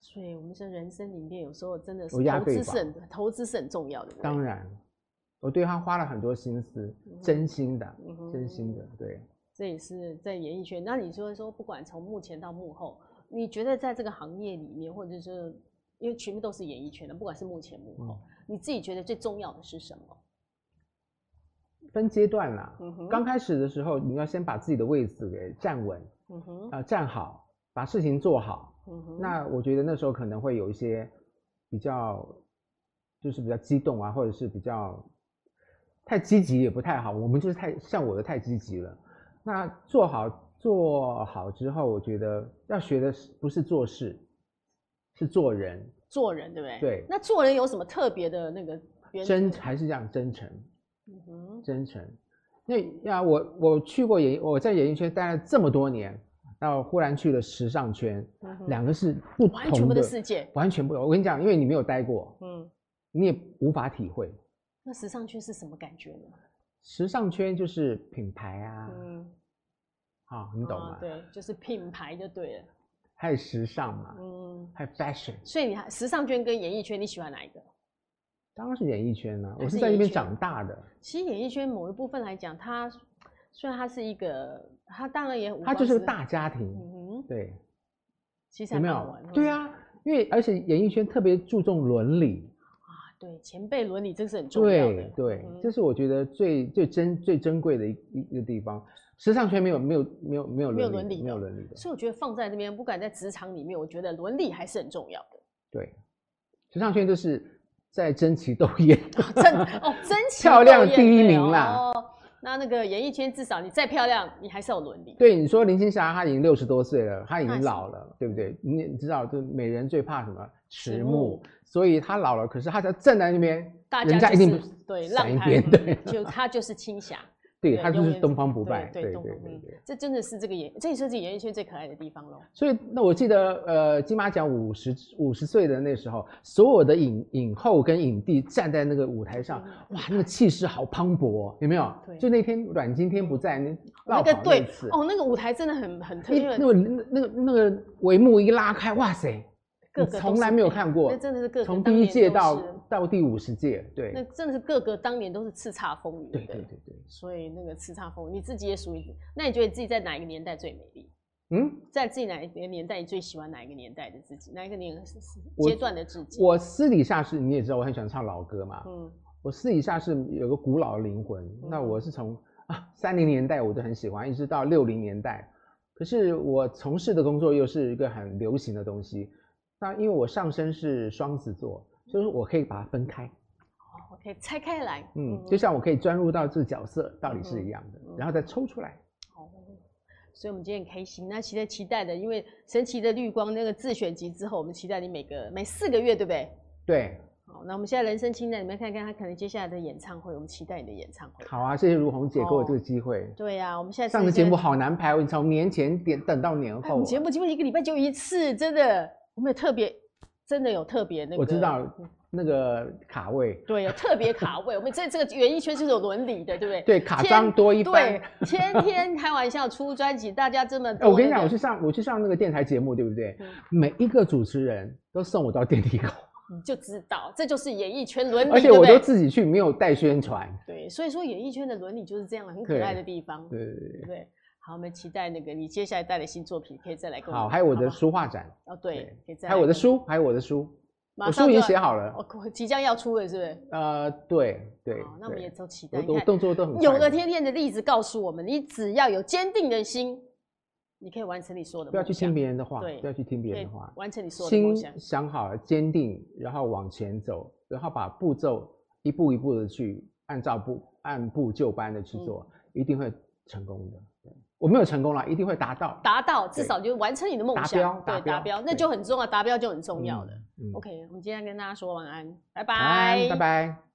所以我们这人生里面有时候真的是
我押
投
对
资是
吧
很投资是很重要的，对不对
当，然，我对她花了很多心思，真心的，
嗯哼
真心的，对。
这也是在演艺圈。那你说说，不管从幕前到幕后，你觉得在这个行业里面，或者是因为全部都是演艺圈的，不管是幕前幕后，
嗯
你自己觉得最重要的是什么？
分阶段啦。
嗯哼
刚开始的时候，你要先把自己的位置给站稳，
嗯哼，
啊，站好，把事情做好。
嗯哼，
那我觉得那时候可能会有一些比较，就是比较激动啊，或者是比较太积极也不太好。我们就是太像我的太积极了。那做好做好之后，我觉得要学的是不是做事，是做人，
做人对不对？
对
那做人有什么特别的那个原则？
真还是这样真诚。
嗯哼，
真诚。那呀，我我去过演艺，我在演艺圈待了这么多年，那忽然去了时尚圈，
嗯哼
两个是不
完全
同
不
的
的，世界，
完全不同。我跟你讲，因为你没有待过，
嗯，
你也无法体会。
那时尚圈是什么感觉呢？
啊时尚圈就是品牌啊，
嗯，
啊、你懂
啊
吗？
对，就是品牌就对了，
还有时尚嘛，
嗯，
还有 fashion，
所以你还时尚圈跟演艺圈，你喜欢哪一个？
当然是演艺圈啦、
还
我
是
是在那
演艺
边
圈
长大的，
其实演艺圈某一部分来讲，它虽然它是一个，它当然也五
它
光
就是
十
个大，家庭，
嗯哼，
对，
其实
有
还
没
蛮好
有
玩的，？
对啊，因为而且演艺圈特别注重伦理，
啊，对，前辈伦理这是很重要的，
对对
嗯，
这是我觉得最最珍最珍贵的一一一个地方。时尚圈没有没有没有没有
没有
伦
伦
理
理
的没
的
有伦理的，
所以我觉得放在那边，不管在职场里面，我觉得伦理还是很重要的。
对，时尚圈就是在争奇斗艳，
真
[LAUGHS]
哦，真情
漂亮
斗艳
第一
对
名啦
哦，那那个演艺圈至少你再漂亮，你还是有伦理。
对，你说林青霞她已经六十多岁了，她已
她
经
是
老了，对不对？你也知道，就美人最怕什么？迟
迟
暮
暮。
所以她老了，可是她只要站在那边，
大
人
家
一
就
定
是
不
对
闪
浪
一
摊
边，对，啊
就他就是青霞，
对她就
永
是
远
东方不败，
对
对对
东
对
方不败
对。
这真的是这个演，这也是这演艺圈最可爱的地方喽。
所以那我记得，呃，金马奖五十五十岁的那时候，所有的影影后跟影帝站在那个舞台上，哇，那个气势好磅礴，哦有没有？
对哦
就那天阮经天不在，那
那
落
个
跑
对
次，
哦，那个舞台真的很很特
一
别，
那个那个那个帷幕一拉开，哇塞！
各
你
个都
从
是
来没有
美
看过
那真的是各个
从
当
第一
年
届
都
到
是
到第五十届，对，
那真的是各个当年都是叱咤风云。
对对对对，
所以那个叱咤风云，你自己也属于。那你觉得自己在哪一个年代最美丽？
嗯，
在自己哪一个年代，你最喜欢哪一个年代的自己？哪一个年是是
我
阶段的自己？
我私底下是你也知道我很喜欢唱老歌嘛，
嗯，
我私底下是有个古老的灵魂，那我是从啊三零年代我就很喜欢，一直到六零年代，可是我从事的工作又是一个很流行的东西，那因为我上身是双子座，所以说我可以把它分开，
我可以拆开来。
嗯，就像我可以钻入到这个角色，道理是
哦嗯
一样的，
嗯
然后再抽出来。
好，哦所以我们今天很开心。那期待期待的，因为神奇的绿光那个自选集之后，我们期待你每个每四个月，对不对？
对，
好，那我们现在人生清单里面看看他可能接下来的演唱会，我们期待你的演唱会。
好啊，谢谢如红姐给我这个
哦
机会。
对呀、我们现在
上
个
次节目好哦难排，我从年前点等到年
哎，我
后
们。节目基本一个礼拜就一次，真的，我们有特别，真的有特别那个，
我知道那个卡位，
对，有特别卡位。我们这这个演艺圈就是有伦理的，对不对？
对卡
天
张多一番
对。，天天开玩笑出专辑，大家这么多、
哎，我跟你讲，我去上我去上那个电台节目，对不对
嗯？
每一个主持人都送我到电梯口，
你就知道，这就是演艺圈伦理，
而
嗯
且
对不
我都
对
自己去，没有带宣传。
对，所以说演艺圈的伦理就是这样，很可
对
爱的地方，
对对对
不对？好，我们期待那个你接下来带的新作品，可以再来跟
对，
我
好，
们
还有我的
不好
书画展，
哦，对
对，
可以再
还有我的
来跟，
书，还有我的书，
马
我
上
书已经
就
写
要，
好了。
哦，即将要出了，是不是？
呃，对对
好，，那我们
对
也都期待。
我
你
我
看
动作都很快
有个，天天的例子告诉我们，你只要有坚定的心，你可以完成你所有的
不要
梦
去
想，
听别人的话，
对
不要去听别
可
人
以
的话。
完成你所有的
心
梦想。
想好了，坚定，然后往前走，然后把步骤一步一步的去按照步按部就班的去做，
嗯
一定会成功的。对我没有成功啦，一定会达到
达到，至
对
少就完成你的梦
达标
想，
达
对，达
标
标，那
对
就很重要，达标就很重要了。
嗯嗯
OK，我们今天跟大家说晚安，拜
晚安拜拜。